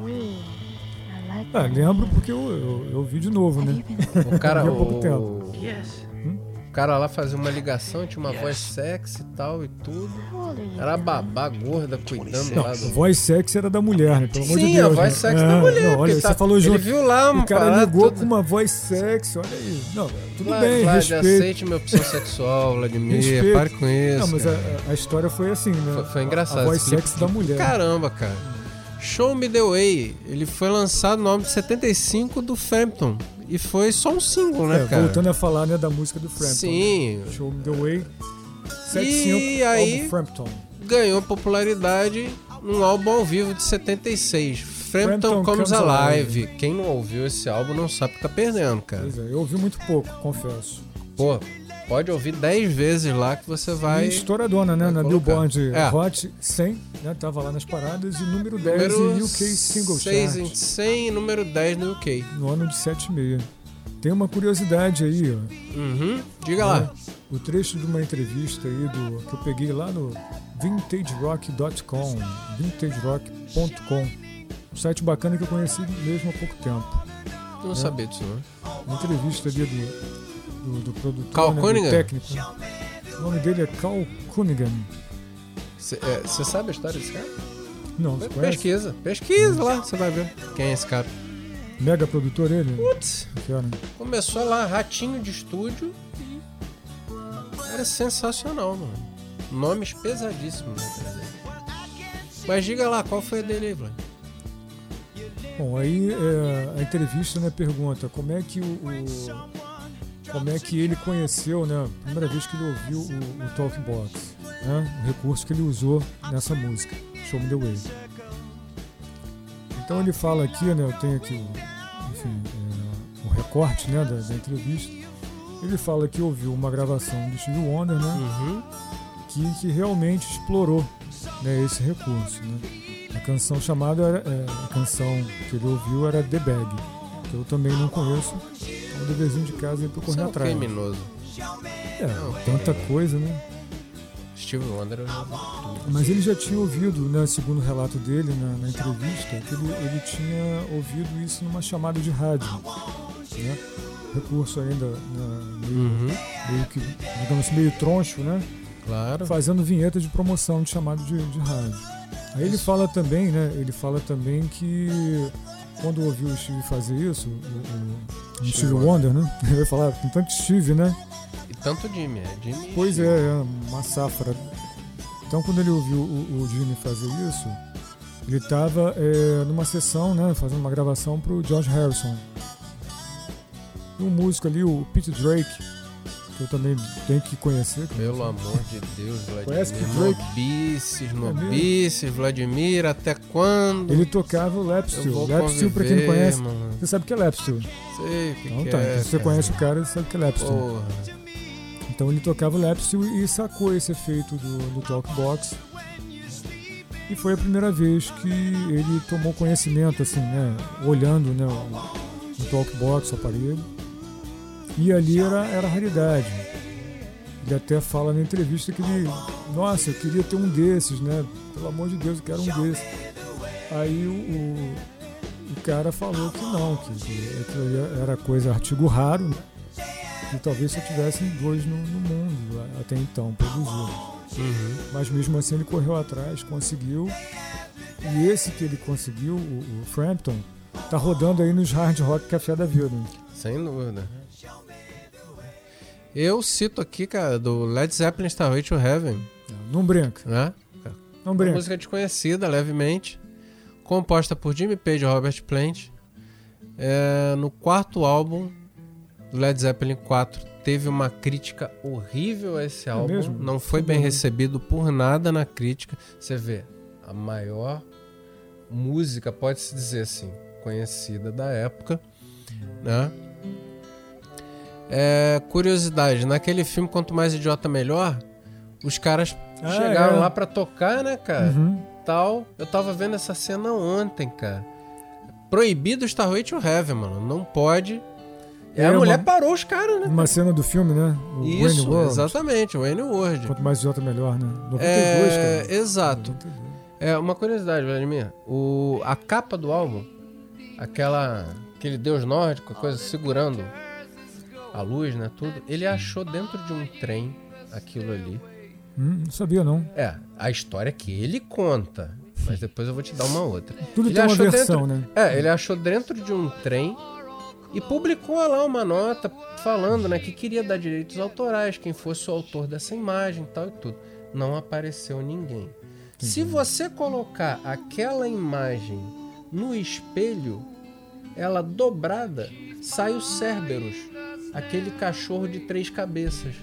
Speaker 4: Wee, I like
Speaker 2: Ah,
Speaker 4: that.
Speaker 2: lembro porque eu, eu, eu vi de novo,
Speaker 4: Have
Speaker 2: né?
Speaker 4: you been
Speaker 1: O cara,
Speaker 2: Deu pouco Hum?
Speaker 1: o,
Speaker 2: tempo.
Speaker 3: yes.
Speaker 1: o cara lá fazia uma ligação, tinha uma voz sexy e tal e tudo.
Speaker 4: How old are you?
Speaker 1: Era a babá gorda cuidando
Speaker 2: Não,
Speaker 1: lá do.
Speaker 2: voz sexy era da mulher, né? Pelo amor de
Speaker 1: Sim,
Speaker 2: Deus.
Speaker 1: a voz
Speaker 2: né?
Speaker 1: sexy da
Speaker 2: Ah,
Speaker 1: mulher.
Speaker 2: não, olha,
Speaker 1: porque
Speaker 2: você
Speaker 1: tá-
Speaker 2: falou
Speaker 1: Ele
Speaker 2: junto.
Speaker 1: viu lá uma
Speaker 2: o cara
Speaker 1: parada
Speaker 2: ligou
Speaker 1: toda.
Speaker 2: com uma voz sexy, olha aí. Não, tudo
Speaker 1: Vlad,
Speaker 2: bem,
Speaker 1: Vlad,
Speaker 2: respeito.
Speaker 1: aceite minha opção sexual, Vladimir.
Speaker 2: Respeito.
Speaker 1: Pare com isso.
Speaker 2: Não, mas a,
Speaker 1: cara.
Speaker 2: a história foi assim, né?
Speaker 1: Foi- foi
Speaker 2: A-
Speaker 1: engraçado
Speaker 2: A voz
Speaker 1: esse clipe.
Speaker 2: sexy da mulher.
Speaker 1: Caramba, cara. Show Me The Way, ele foi lançado no álbum de 75 do Frampton. E foi só um single, né,
Speaker 2: É,
Speaker 1: cara?
Speaker 2: voltando a falar, né, da música do Frampton.
Speaker 1: Sim,
Speaker 2: né? Show Me The Way. é 7-5,
Speaker 1: aí-
Speaker 2: álbum Frampton.
Speaker 1: ganhou popularidade num álbum ao vivo de 76. Frampton
Speaker 2: Frampton
Speaker 1: Comes
Speaker 2: Comes
Speaker 1: Alive. Quem não ouviu esse álbum não sabe que tá perdendo, cara.
Speaker 2: Pois é, eu ouvi muito pouco, confesso.
Speaker 1: Pô, pode ouvir 10 vezes lá que você vai.
Speaker 2: E estouradona, né?
Speaker 1: vai
Speaker 2: Na
Speaker 1: colocar.
Speaker 2: Billboard
Speaker 1: É.
Speaker 2: Hot 100, né? Tava lá nas paradas e número 10 em
Speaker 1: Número
Speaker 2: UK Single
Speaker 1: 6
Speaker 2: Chart.
Speaker 1: em 100 e número 10 no UK.
Speaker 2: no ano de 76. Tem uma curiosidade aí, ó.
Speaker 1: Uhum. Diga lá.
Speaker 2: O trecho de uma entrevista aí do que eu peguei lá no vintagerock.com, vintagerock.com. Um site bacana que eu conheci mesmo há pouco tempo.
Speaker 1: Não
Speaker 2: É.
Speaker 1: sabia disso, não.
Speaker 2: Uma entrevista ali do, do, do produtor,
Speaker 1: Carl
Speaker 2: né,
Speaker 1: Cunningham?
Speaker 2: do técnico. né? O nome dele é Carl Cunningham.
Speaker 1: Você é, cê sabe a história desse cara?
Speaker 2: Não, você conhece?
Speaker 1: Pesquisa. Pesquisa lá, você vai ver quem é esse cara.
Speaker 2: Mega produtor ele?
Speaker 1: Putz,
Speaker 2: Que era?
Speaker 1: começou lá, ratinho de estúdio. e Era sensacional, mano. Nomes pesadíssimos. né, quer dizer. Mas diga lá, qual foi a dele aí, Vlad?
Speaker 2: Bom, aí é, a entrevista né, pergunta como é que o, o- como é que ele conheceu, né? a Primeira vez que ele ouviu o, o Talkbox, né? O recurso que ele usou nessa música, Show Me the Way. Então ele fala aqui, né? Eu tenho aqui, o- enfim, é, o recorte, né? Da, da entrevista. Ele fala que ouviu uma gravação do Steve Wonder, né?
Speaker 1: Uhum.
Speaker 2: que, que realmente explorou né, esse recurso. né? A canção chamada, era, é, a canção que ele ouviu era The Bag, que eu também não conheço. É um deverzinho de casa aí pra
Speaker 1: Você
Speaker 2: eu correr
Speaker 1: é um
Speaker 2: atrás.
Speaker 1: criminoso.
Speaker 2: É,
Speaker 1: um
Speaker 2: tanta
Speaker 1: criminoso.
Speaker 2: coisa, né?
Speaker 1: Steve Wonder. é um eu já vi tudo.
Speaker 2: Mas ele já tinha ouvido, né, segundo o relato dele na, na entrevista, que ele, ele tinha ouvido isso numa chamada de rádio. Né? Recurso ainda né, meio,
Speaker 1: Uhum.
Speaker 2: meio que, digamos assim, meio troncho, né?
Speaker 1: Claro.
Speaker 2: fazendo vinheta de promoção de chamado de, de rádio. Aí ele fala também, né? Ele fala também que quando ouviu o Steve fazer isso, o, o, o
Speaker 1: Steve
Speaker 2: Steve Wonder, né? Eu ia falar com tanto Steve, né?
Speaker 1: E tanto Jimmy. É Jimmy.
Speaker 2: Pois é, é uma safra. Então quando ele ouviu o, o Jimmy fazer isso, ele tava é, numa sessão, né? Fazendo uma gravação pro George Harrison. E um músico ali, o Pete Drake, que eu também tenho que conhecer. que eu
Speaker 1: Pelo amor de Deus,
Speaker 2: é. Conhece
Speaker 1: Vladimir.
Speaker 2: que Drake?
Speaker 1: Nobices,
Speaker 2: mesmo?
Speaker 1: nobices, Vladimir, até quando?
Speaker 2: Ele é tocava o Lap
Speaker 1: Eu
Speaker 2: Steel.
Speaker 1: vou
Speaker 2: Lap Steel, pra quem
Speaker 1: conviver,
Speaker 2: não conhece,
Speaker 1: mano.
Speaker 2: você sabe o que é Lap Steel.
Speaker 1: Sei o que,
Speaker 2: Então
Speaker 1: que
Speaker 2: tá,
Speaker 1: é.
Speaker 2: então se você
Speaker 1: cara.
Speaker 2: conhece o cara, você sabe o que é Lap Steel.
Speaker 1: Porra.
Speaker 2: Então ele tocava o Lap Steel e sacou esse efeito do, do Talkbox. E foi a primeira vez que ele tomou conhecimento, assim, né? Olhando né, o, o Talkbox, o aparelho. E ali era, era a raridade. Ele até fala na entrevista que ele, nossa, eu queria ter um desses, né? Pelo amor de Deus, eu quero um desses. Aí o, o, o cara falou que não, que aquilo ali era coisa artigo raro, né? que talvez só tivessem dois no, no mundo a- até então produzidos.
Speaker 1: Uhum.
Speaker 2: Mas mesmo assim ele correu atrás, conseguiu. E esse que ele conseguiu, o, o Frampton, tá rodando aí nos Hard Rock Café da Vida.
Speaker 1: Sem dúvida. Eu cito aqui, cara, do Led Zeppelin Starway to Heaven,
Speaker 2: Não brinca,
Speaker 1: né?
Speaker 2: não
Speaker 1: Uma
Speaker 2: brinca.
Speaker 1: música desconhecida, levemente, composta por Jimmy Page e Robert Plant. É, no quarto álbum, Led Zeppelin 4 teve uma crítica horrível a esse álbum.
Speaker 2: mesmo?
Speaker 1: Não foi
Speaker 2: Que
Speaker 1: bem
Speaker 2: bom.
Speaker 1: recebido por nada na crítica. Você vê, a maior música, pode-se dizer assim, conhecida da época, né? É, curiosidade, naquele filme Quanto Mais Idiota Melhor, os caras
Speaker 2: Ah,
Speaker 1: chegaram
Speaker 2: é.
Speaker 1: lá pra tocar, né, cara?
Speaker 2: Uhum.
Speaker 1: tal. Eu tava vendo essa cena ontem, cara. Proibido Starway to Heaven, mano. Não pode. E
Speaker 2: É
Speaker 1: a
Speaker 2: uma-
Speaker 1: mulher parou os caras, né?
Speaker 2: Uma cena do filme, né? O
Speaker 1: Isso,
Speaker 2: Wayneworld.
Speaker 1: exatamente. O N-Word.
Speaker 2: Quanto mais idiota, melhor, né? 92,
Speaker 1: É,
Speaker 2: cara.
Speaker 1: exato. É, uma curiosidade, Vladimir. O, a capa do álbum, aquela, aquele deus nórdico, a coisa segurando a luz, né, tudo. Ele achou dentro de um trem aquilo ali.
Speaker 2: Hum, não sabia, não.
Speaker 1: É, a história que ele conta. Mas depois eu vou te dar uma outra.
Speaker 2: Tudo
Speaker 1: ele
Speaker 2: tem uma
Speaker 1: achou
Speaker 2: versão,
Speaker 1: dentro,
Speaker 2: né?
Speaker 1: É, ele achou dentro de um trem e publicou lá uma nota falando, né, que queria dar direitos autorais, quem fosse o autor dessa imagem, e tal e tudo. Não apareceu ninguém. Se você colocar aquela imagem no espelho, ela dobrada, sai o Cerberus, aquele cachorro de três cabeças.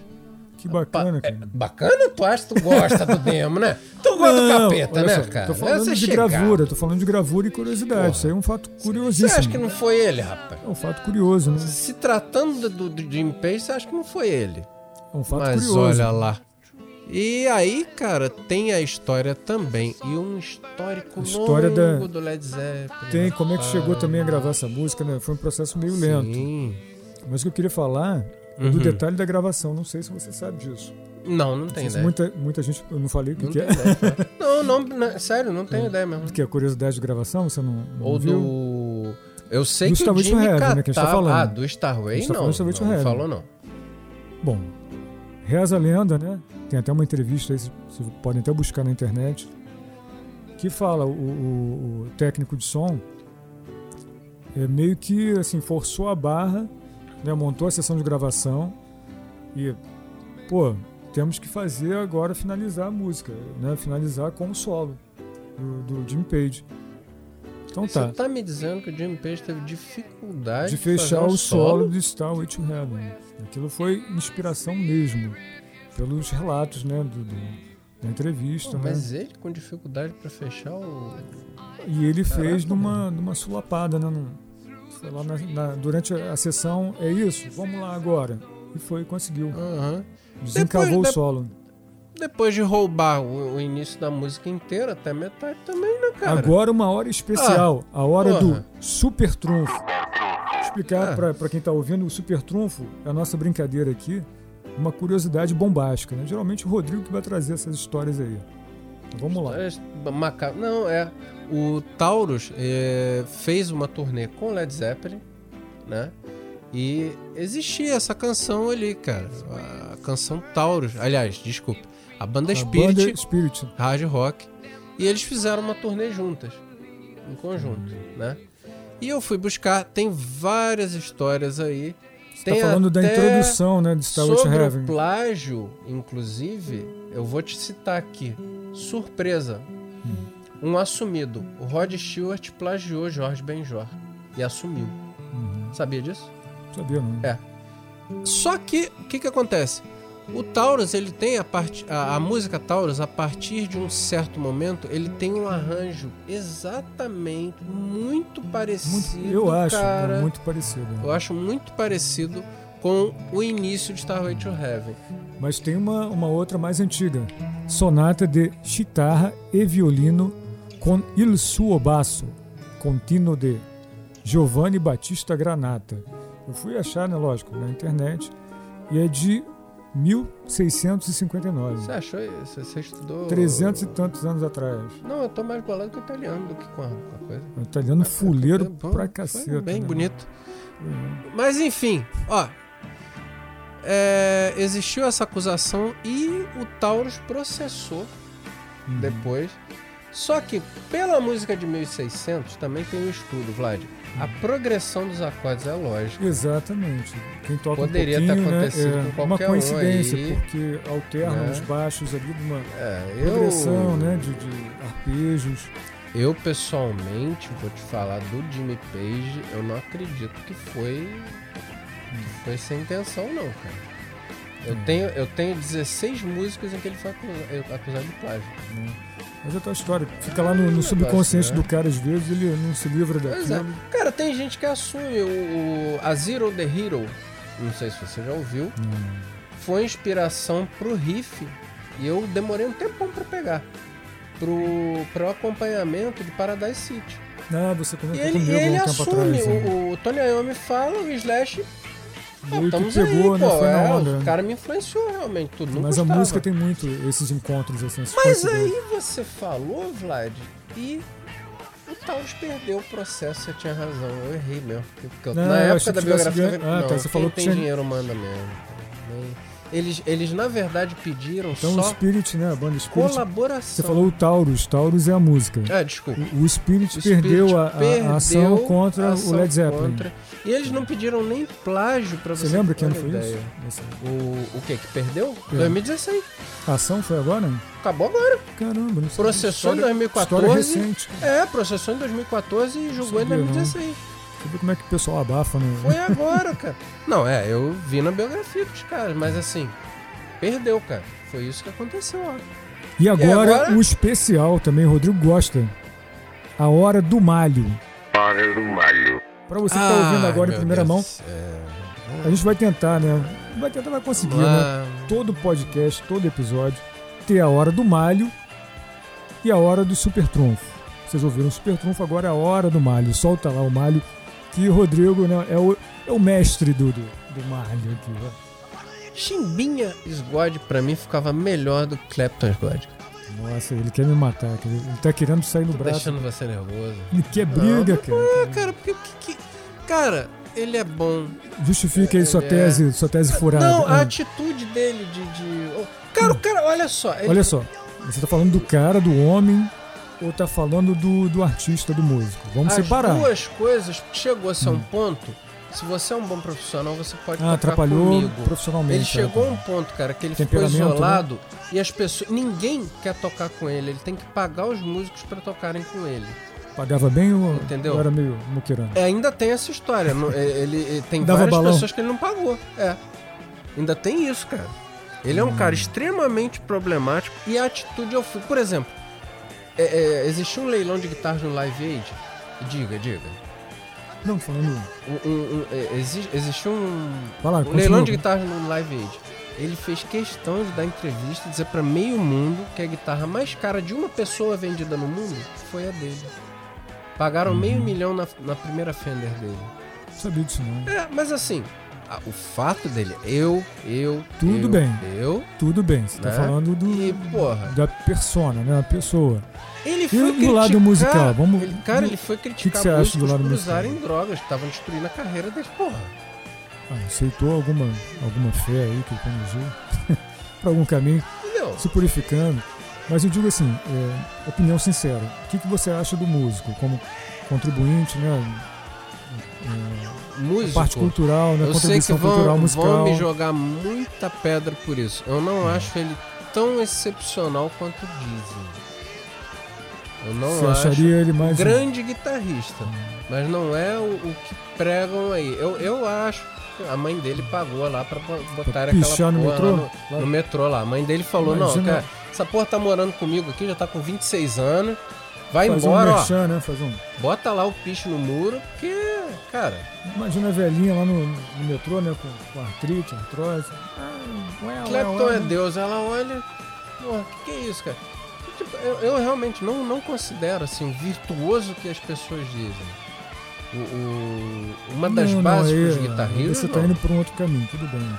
Speaker 2: Que bacana,
Speaker 1: Pa- é,
Speaker 2: cara. Então
Speaker 1: bacana, tu acha? Tu gosta do demo, né? Tu gosta
Speaker 2: Não,
Speaker 1: do capeta,
Speaker 2: olha
Speaker 1: né,
Speaker 2: só,
Speaker 1: cara?
Speaker 2: Tô falando
Speaker 1: Essa
Speaker 2: de
Speaker 1: chegada.
Speaker 2: gravura, tô falando de gravura e curiosidade.
Speaker 1: Porra.
Speaker 2: Isso aí é um fato
Speaker 1: Você
Speaker 2: curiosíssimo.
Speaker 1: acha que não foi ele, rapaz?
Speaker 2: É um fato curioso, né?
Speaker 1: Se tratando do, do Jim Page, você acha que não foi ele.
Speaker 2: É um fato
Speaker 1: Mas
Speaker 2: curioso.
Speaker 1: olha lá. E aí, cara, tem a história também. E um histórico
Speaker 2: História da-
Speaker 1: longo do Led Zeppelin.
Speaker 2: Tem como é que
Speaker 1: rapaz.
Speaker 2: chegou também a gravar essa música, né? Foi um processo meio lento.
Speaker 1: Sim.
Speaker 2: Mas o que eu queria falar é do
Speaker 1: Uhum.
Speaker 2: detalhe da gravação. Não sei se você sabe disso.
Speaker 1: Não, não tem
Speaker 2: Mas
Speaker 1: ideia.
Speaker 2: muita, muita gente. Eu não falei o que,
Speaker 1: Não
Speaker 2: que
Speaker 1: tem né?
Speaker 2: é.
Speaker 1: ideia. cara. Não, não, não, sério, não tenho ideia mesmo.
Speaker 2: Que é a curiosidade de gravação, você não, não
Speaker 1: Ou
Speaker 2: viu?
Speaker 1: do. Eu sei
Speaker 2: Do
Speaker 1: que
Speaker 2: Starway
Speaker 1: o
Speaker 2: to
Speaker 1: Jimmy
Speaker 2: Heaven, né,
Speaker 1: catava...
Speaker 2: que a gente tá falando.
Speaker 1: Ah, do Starway
Speaker 2: A gente tá
Speaker 1: não.
Speaker 2: falando do Starway to
Speaker 1: não, não
Speaker 2: Heaven.
Speaker 1: falou não.
Speaker 2: Bom, reza a lenda, né? Tem até uma entrevista aí, vocês podem até buscar na internet, que fala o, o- o técnico de som é meio que assim forçou a barra, né? Montou a sessão de gravação e pô, temos que fazer agora finalizar a música, né? Finalizar com o solo do, do Jim Page. Então
Speaker 1: Você
Speaker 2: tá.
Speaker 1: tá me dizendo que o Jimmy Page teve dificuldade
Speaker 2: de
Speaker 1: fazer
Speaker 2: fechar
Speaker 1: um
Speaker 2: o solo de Star Way to Heaven. Aquilo foi inspiração mesmo, pelos relatos, né, do, do- da entrevista,
Speaker 1: Pô,
Speaker 2: né?
Speaker 1: mas ele com dificuldade pra fechar o.
Speaker 2: E ele fez
Speaker 1: Caraca,
Speaker 2: numa, numa sulapada, né? num- foi lá na- na- durante a sessão, é isso, vamos lá agora. E foi, conseguiu.
Speaker 1: Aham.
Speaker 2: Desencavou
Speaker 1: da-
Speaker 2: o solo.
Speaker 1: Depois de roubar o, o início da música inteira, até metade também, né, cara? Ah,
Speaker 2: Agora uma hora especial, a hora
Speaker 1: porra.
Speaker 2: do Super Trunfo. Explicar
Speaker 1: Ah.
Speaker 2: pra para quem tá ouvindo, o Super Trunfo é a nossa brincadeira aqui, uma curiosidade bombástica, né? Geralmente o Rodrigo que vai trazer essas histórias aí. Então, vamos lá.
Speaker 1: É, maca- Não, é. O Taurus é, fez uma turnê com Led Zeppelin, né? E existia essa canção ali, cara. A canção Taurus. Aliás, desculpa. A banda
Speaker 2: A
Speaker 1: Spirit.
Speaker 2: banda Spirit.
Speaker 1: hard rock, e eles fizeram uma turnê juntas, em conjunto, né? E eu fui buscar, tem várias histórias aí.
Speaker 2: Você
Speaker 1: tem
Speaker 2: tá falando da
Speaker 1: até
Speaker 2: introdução, né, de Star Wars
Speaker 1: Sobre
Speaker 2: Heaven.
Speaker 1: o plágio, inclusive, eu vou te citar aqui. Surpresa.
Speaker 2: Hum.
Speaker 1: Um assumido. O Rod Stewart plagiou Jorge Benjor e assumiu.
Speaker 2: Uhum.
Speaker 1: Sabia disso?
Speaker 2: Sabia não?
Speaker 1: É. Só que o que, que acontece? O Taurus ele tem a parte a, a música Taurus a partir de um certo momento ele tem um arranjo exatamente muito
Speaker 2: Muito-
Speaker 1: parecido.
Speaker 2: eu acho, né,
Speaker 1: cara.
Speaker 2: muito parecido. né?
Speaker 1: Eu acho muito parecido com o início de Starway to Heaven.
Speaker 2: Mas tem uma, uma outra mais antiga. Sonata de chitarra e violino com il suo basso, continuo de Giovanni Battista Granata. Eu fui achar, né, lógico, na internet, e é de 1659.
Speaker 1: Você achou isso? Você estudou?
Speaker 2: 300 e tantos anos atrás.
Speaker 1: Não, eu tô mais bolado com o italiano do que com a, com a coisa.
Speaker 2: Um italiano fuleiro
Speaker 1: Foi
Speaker 2: pra
Speaker 1: bom,
Speaker 2: caceta.
Speaker 1: foi Bem
Speaker 2: né? É.
Speaker 1: bonito. Mas enfim, ó. é, existiu
Speaker 2: Uhum.
Speaker 1: essa acusação e o Taurus processou depois. Só que pela música de 1600 também tem um estudo, Vlad. A
Speaker 2: Uhum.
Speaker 1: progressão dos acordes é lógica.
Speaker 2: Exatamente. Quem toca
Speaker 1: Poderia ter
Speaker 2: um pouquinho, né,
Speaker 1: acontecido
Speaker 2: é
Speaker 1: com
Speaker 2: uma
Speaker 1: qualquer um
Speaker 2: coincidência,
Speaker 1: aí.
Speaker 2: porque alternam
Speaker 1: Né?
Speaker 2: os baixos ali de uma
Speaker 1: É, eu,
Speaker 2: progressão, né, de, de arpejos.
Speaker 1: eu pessoalmente vou te falar do Jimmy Page, eu não acredito que foi que foi sem intenção não, cara. Eu,
Speaker 2: Hum.
Speaker 1: tenho, eu tenho 16 músicas em que ele foi acusa- acusado de plágio.
Speaker 2: né. Mas é tal história. Fica lá no, no subconsciente
Speaker 1: né?
Speaker 2: do cara, às vezes, ele não se livra
Speaker 1: Pois é.
Speaker 2: daquilo.
Speaker 1: Cara, tem gente que assume o, o- a Zero the Hero, não sei se você já ouviu,
Speaker 2: Hum.
Speaker 1: foi inspiração pro riff e eu demorei um tempão pra pegar. Pro, pro acompanhamento de Paradise City.
Speaker 2: Ah, você comentou
Speaker 1: E ele,
Speaker 2: comigo
Speaker 1: e ele
Speaker 2: há um tempo
Speaker 1: assume,
Speaker 2: atrás. né?
Speaker 1: o, o Tony Iommi fala, o Slash, pô,
Speaker 2: Meio que
Speaker 1: estamos
Speaker 2: pegou,
Speaker 1: É, aí,
Speaker 2: né?
Speaker 1: pô,
Speaker 2: Foi na
Speaker 1: é,
Speaker 2: onda.
Speaker 1: o cara me influenciou realmente, tudo, não
Speaker 2: Mas a
Speaker 1: gostava.
Speaker 2: música tem muito esses encontros, assim. essas
Speaker 1: Mas
Speaker 2: coincidências.
Speaker 1: aí você falou, Vlad, e o Taos perdeu o processo, você tinha razão, eu errei mesmo. porque- porque eu-
Speaker 2: Não,
Speaker 1: na
Speaker 2: eu
Speaker 1: época
Speaker 2: achei
Speaker 1: da
Speaker 2: que tivesse
Speaker 1: biografia.
Speaker 2: ganho- Ah,
Speaker 1: não,
Speaker 2: tá, você
Speaker 1: quem
Speaker 2: falou que
Speaker 1: tem
Speaker 2: tinha-
Speaker 1: dinheiro manda mesmo. Nem- Eles, eles na verdade pediram
Speaker 2: Então o
Speaker 1: só
Speaker 2: Spirit, né? A banda Spirit.
Speaker 1: colaboração.
Speaker 2: Você falou o Taurus. Taurus é a música.
Speaker 1: Ah, desculpa.
Speaker 2: O, o Spirit
Speaker 1: O
Speaker 2: perdeu
Speaker 1: Spirit
Speaker 2: a, a- a ação
Speaker 1: perdeu
Speaker 2: contra
Speaker 1: a ação
Speaker 2: o Led Zeppelin.
Speaker 1: contra. E eles não pediram nem plágio pra você.
Speaker 2: Você lembra que
Speaker 1: ter
Speaker 2: ano
Speaker 1: uma
Speaker 2: foi
Speaker 1: ideia.
Speaker 2: isso? Essa-
Speaker 1: O, o que? Que perdeu?
Speaker 2: É.
Speaker 1: 2016.
Speaker 2: A ação foi agora?
Speaker 1: Acabou agora.
Speaker 2: Caramba, não sei.
Speaker 1: Processou em
Speaker 2: História-
Speaker 1: 2014.
Speaker 2: História recente.
Speaker 1: É, processou em 2014 e julgou em
Speaker 2: Sabia, não.
Speaker 1: 2016.
Speaker 2: Você vê como é que o pessoal abafa, né?
Speaker 1: Foi agora, cara. Não, é, eu vi na biografia dos caras, mas assim, perdeu, cara. Foi isso que aconteceu, ó.
Speaker 2: E agora,
Speaker 1: É, agora?
Speaker 2: o especial também, Rodrigo gosta. A Hora do Malho.
Speaker 3: Hora do Malho.
Speaker 2: Pra você que tá
Speaker 1: Ah,
Speaker 2: ouvindo agora em primeira mão, a gente vai tentar, né? Vai tentar, vai conseguir, né? Todo podcast, todo episódio, ter a Hora do Malho e a Hora do Super Trunfo. Vocês ouviram o Super Trunfo, agora é a Hora do Malho. Solta lá o Malho, que o Rodrigo né, é, o, é o mestre do, do, do Malho aqui. né?
Speaker 1: Chimbinha Squad pra mim ficava melhor do que Clapton Squad.
Speaker 2: Nossa, ele quer me matar, cara. ele tá querendo sair no
Speaker 1: Tô
Speaker 2: braço.
Speaker 1: deixando você nervoso.
Speaker 2: Ele quer briga, cara.
Speaker 1: Ah, cara, porque o que, que. Cara, ele é bom.
Speaker 2: Justifica aí sua
Speaker 1: É.
Speaker 2: tese, sua tese furada.
Speaker 1: Não, a
Speaker 2: Ah,
Speaker 1: atitude dele de. de... Oh, Cara, o cara, olha só. ele-
Speaker 2: Olha só, você tá falando do cara, do homem, ou tá falando do, do artista, do músico? Vamos
Speaker 1: As
Speaker 2: separar.
Speaker 1: duas coisas chegou a ser um ponto. Se você é um bom profissional, você pode
Speaker 2: Ah,
Speaker 1: tocar
Speaker 2: atrapalhou
Speaker 1: comigo.
Speaker 2: profissionalmente.
Speaker 1: Ele chegou a
Speaker 2: né?
Speaker 1: um ponto, cara, que ele ficou
Speaker 2: Temperamento, né?
Speaker 1: isolado e as pessoas. Ninguém quer tocar com ele. Ele tem que pagar os músicos pra tocarem com ele.
Speaker 2: Pagava bem ou
Speaker 1: um Entendeu?
Speaker 2: ou era meio muqueirano?
Speaker 1: É, ainda tem essa história. não- é, ele, é, tem
Speaker 2: Dava
Speaker 1: várias
Speaker 2: balão.
Speaker 1: pessoas que ele não pagou. É. Ainda tem isso, cara. Ele é um
Speaker 2: Hum.
Speaker 1: cara extremamente problemático e a atitude eu fui. Por exemplo, é, é, existiu um leilão de guitarras no Live Aid. Diga, diga. É.
Speaker 2: Não, falando...
Speaker 1: Um- um- um- é, exi- existiu um,
Speaker 2: Fala,
Speaker 1: O
Speaker 2: Ah, continua.
Speaker 1: leilão de guitarras no Live Aid. Ele fez questão de dar entrevista e dizer pra meio mundo que a guitarra mais cara de uma pessoa vendida no mundo foi a dele. Pagaram
Speaker 2: Uhum.
Speaker 1: meio milhão na, na primeira Fender dele.
Speaker 2: Não sabia disso não.
Speaker 1: É, mas assim, a- o fato dele, eu, eu,
Speaker 2: Tudo
Speaker 1: eu,
Speaker 2: bem.
Speaker 1: eu,
Speaker 2: Tudo bem, você tá
Speaker 1: Né?
Speaker 2: falando do...
Speaker 1: e porra,
Speaker 2: Da persona, né? A pessoa.
Speaker 1: ele foi
Speaker 2: do lado
Speaker 1: criticar-
Speaker 2: musical? Vamos-
Speaker 1: ele- cara, ele foi criticar
Speaker 2: você acha do
Speaker 1: músicos
Speaker 2: lado
Speaker 1: por
Speaker 2: musical?
Speaker 1: usarem drogas que estavam destruindo a carreira deles. Porra,
Speaker 2: Ah, aceitou alguma, alguma fé aí que ele conduziu pra algum caminho.
Speaker 1: entendeu?
Speaker 2: se purificando. Mas eu digo assim, é, opinião sincera, o que, que você acha do músico como contribuinte, né? É,
Speaker 1: Músico.
Speaker 2: Parte cultural, né?
Speaker 1: Eu sei que
Speaker 2: Contribuição cultural,
Speaker 1: vão, vão
Speaker 2: musical.
Speaker 1: me jogar muita pedra por isso. Eu não acho ele tão excepcional quanto dizem. Eu não
Speaker 2: Você
Speaker 1: acho.
Speaker 2: acharia ele mais um-
Speaker 1: Grande guitarrista, mas não é o, o que pregam aí. Eu, eu acho que a mãe dele pagou lá pra bo- botar aquela
Speaker 2: pichar no
Speaker 1: porra
Speaker 2: metrô?
Speaker 1: lá no, no metrô lá. A mãe dele falou:
Speaker 2: Imagina.
Speaker 1: Não, cara, essa porra tá morando comigo aqui, já tá com 26 anos. Vai
Speaker 2: fazer
Speaker 1: embora,
Speaker 2: um
Speaker 1: ó.
Speaker 2: merchan, né? Fazer um...
Speaker 1: Bota lá o picho no muro, porque, cara,
Speaker 2: Imagina a velhinha lá no, no metrô, né? Com, com artrite, artrose. Ah, ué, ué,
Speaker 1: Clapton
Speaker 2: ué,
Speaker 1: é
Speaker 2: né?
Speaker 1: Deus, ela olha. Porra, que, que é isso, cara? E, tipo, eu, eu realmente não, não considero assim o virtuoso que as pessoas dizem. O, o- uma das
Speaker 2: Não, não,
Speaker 1: bases
Speaker 2: aí-
Speaker 1: dos
Speaker 2: aí
Speaker 1: guitarristas.
Speaker 2: Você tá indo por um outro caminho, tudo bem.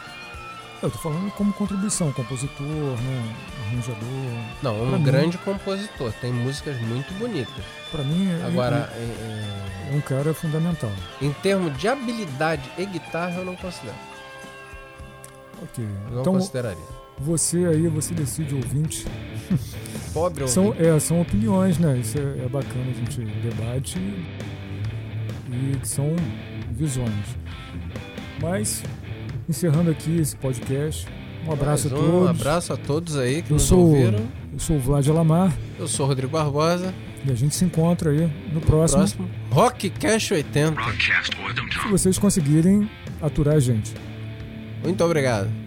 Speaker 2: Eu tô falando como contribuição, compositor, né? Arranjador.
Speaker 1: Não,
Speaker 2: pra
Speaker 1: um
Speaker 2: mim.
Speaker 1: grande compositor. Tem músicas muito bonitas.
Speaker 2: Pra mim, é-
Speaker 1: Agora, é-
Speaker 2: é um cara fundamental.
Speaker 1: é, em termos de habilidade e guitarra, eu não considero.
Speaker 2: Ok.
Speaker 1: Eu não
Speaker 2: então,
Speaker 1: consideraria.
Speaker 2: Você aí, você decide, ouvinte.
Speaker 1: pobre ou
Speaker 2: São, é, são opiniões, né? Isso é, é bacana, a gente debate e, e são visões. Mas, encerrando aqui esse podcast, um abraço
Speaker 1: Mais
Speaker 2: a
Speaker 1: um
Speaker 2: todos.
Speaker 1: abraço a todos aí que
Speaker 2: Eu
Speaker 1: nos
Speaker 2: sou,
Speaker 1: ouviram.
Speaker 2: eu sou o Vlad Alamar
Speaker 1: Eu sou o Rodrigo Barbosa.
Speaker 2: e a gente se encontra aí no próximo,
Speaker 1: Próximo. Rock Cash 80.
Speaker 2: se vocês conseguirem aturar a gente.
Speaker 1: Muito obrigado.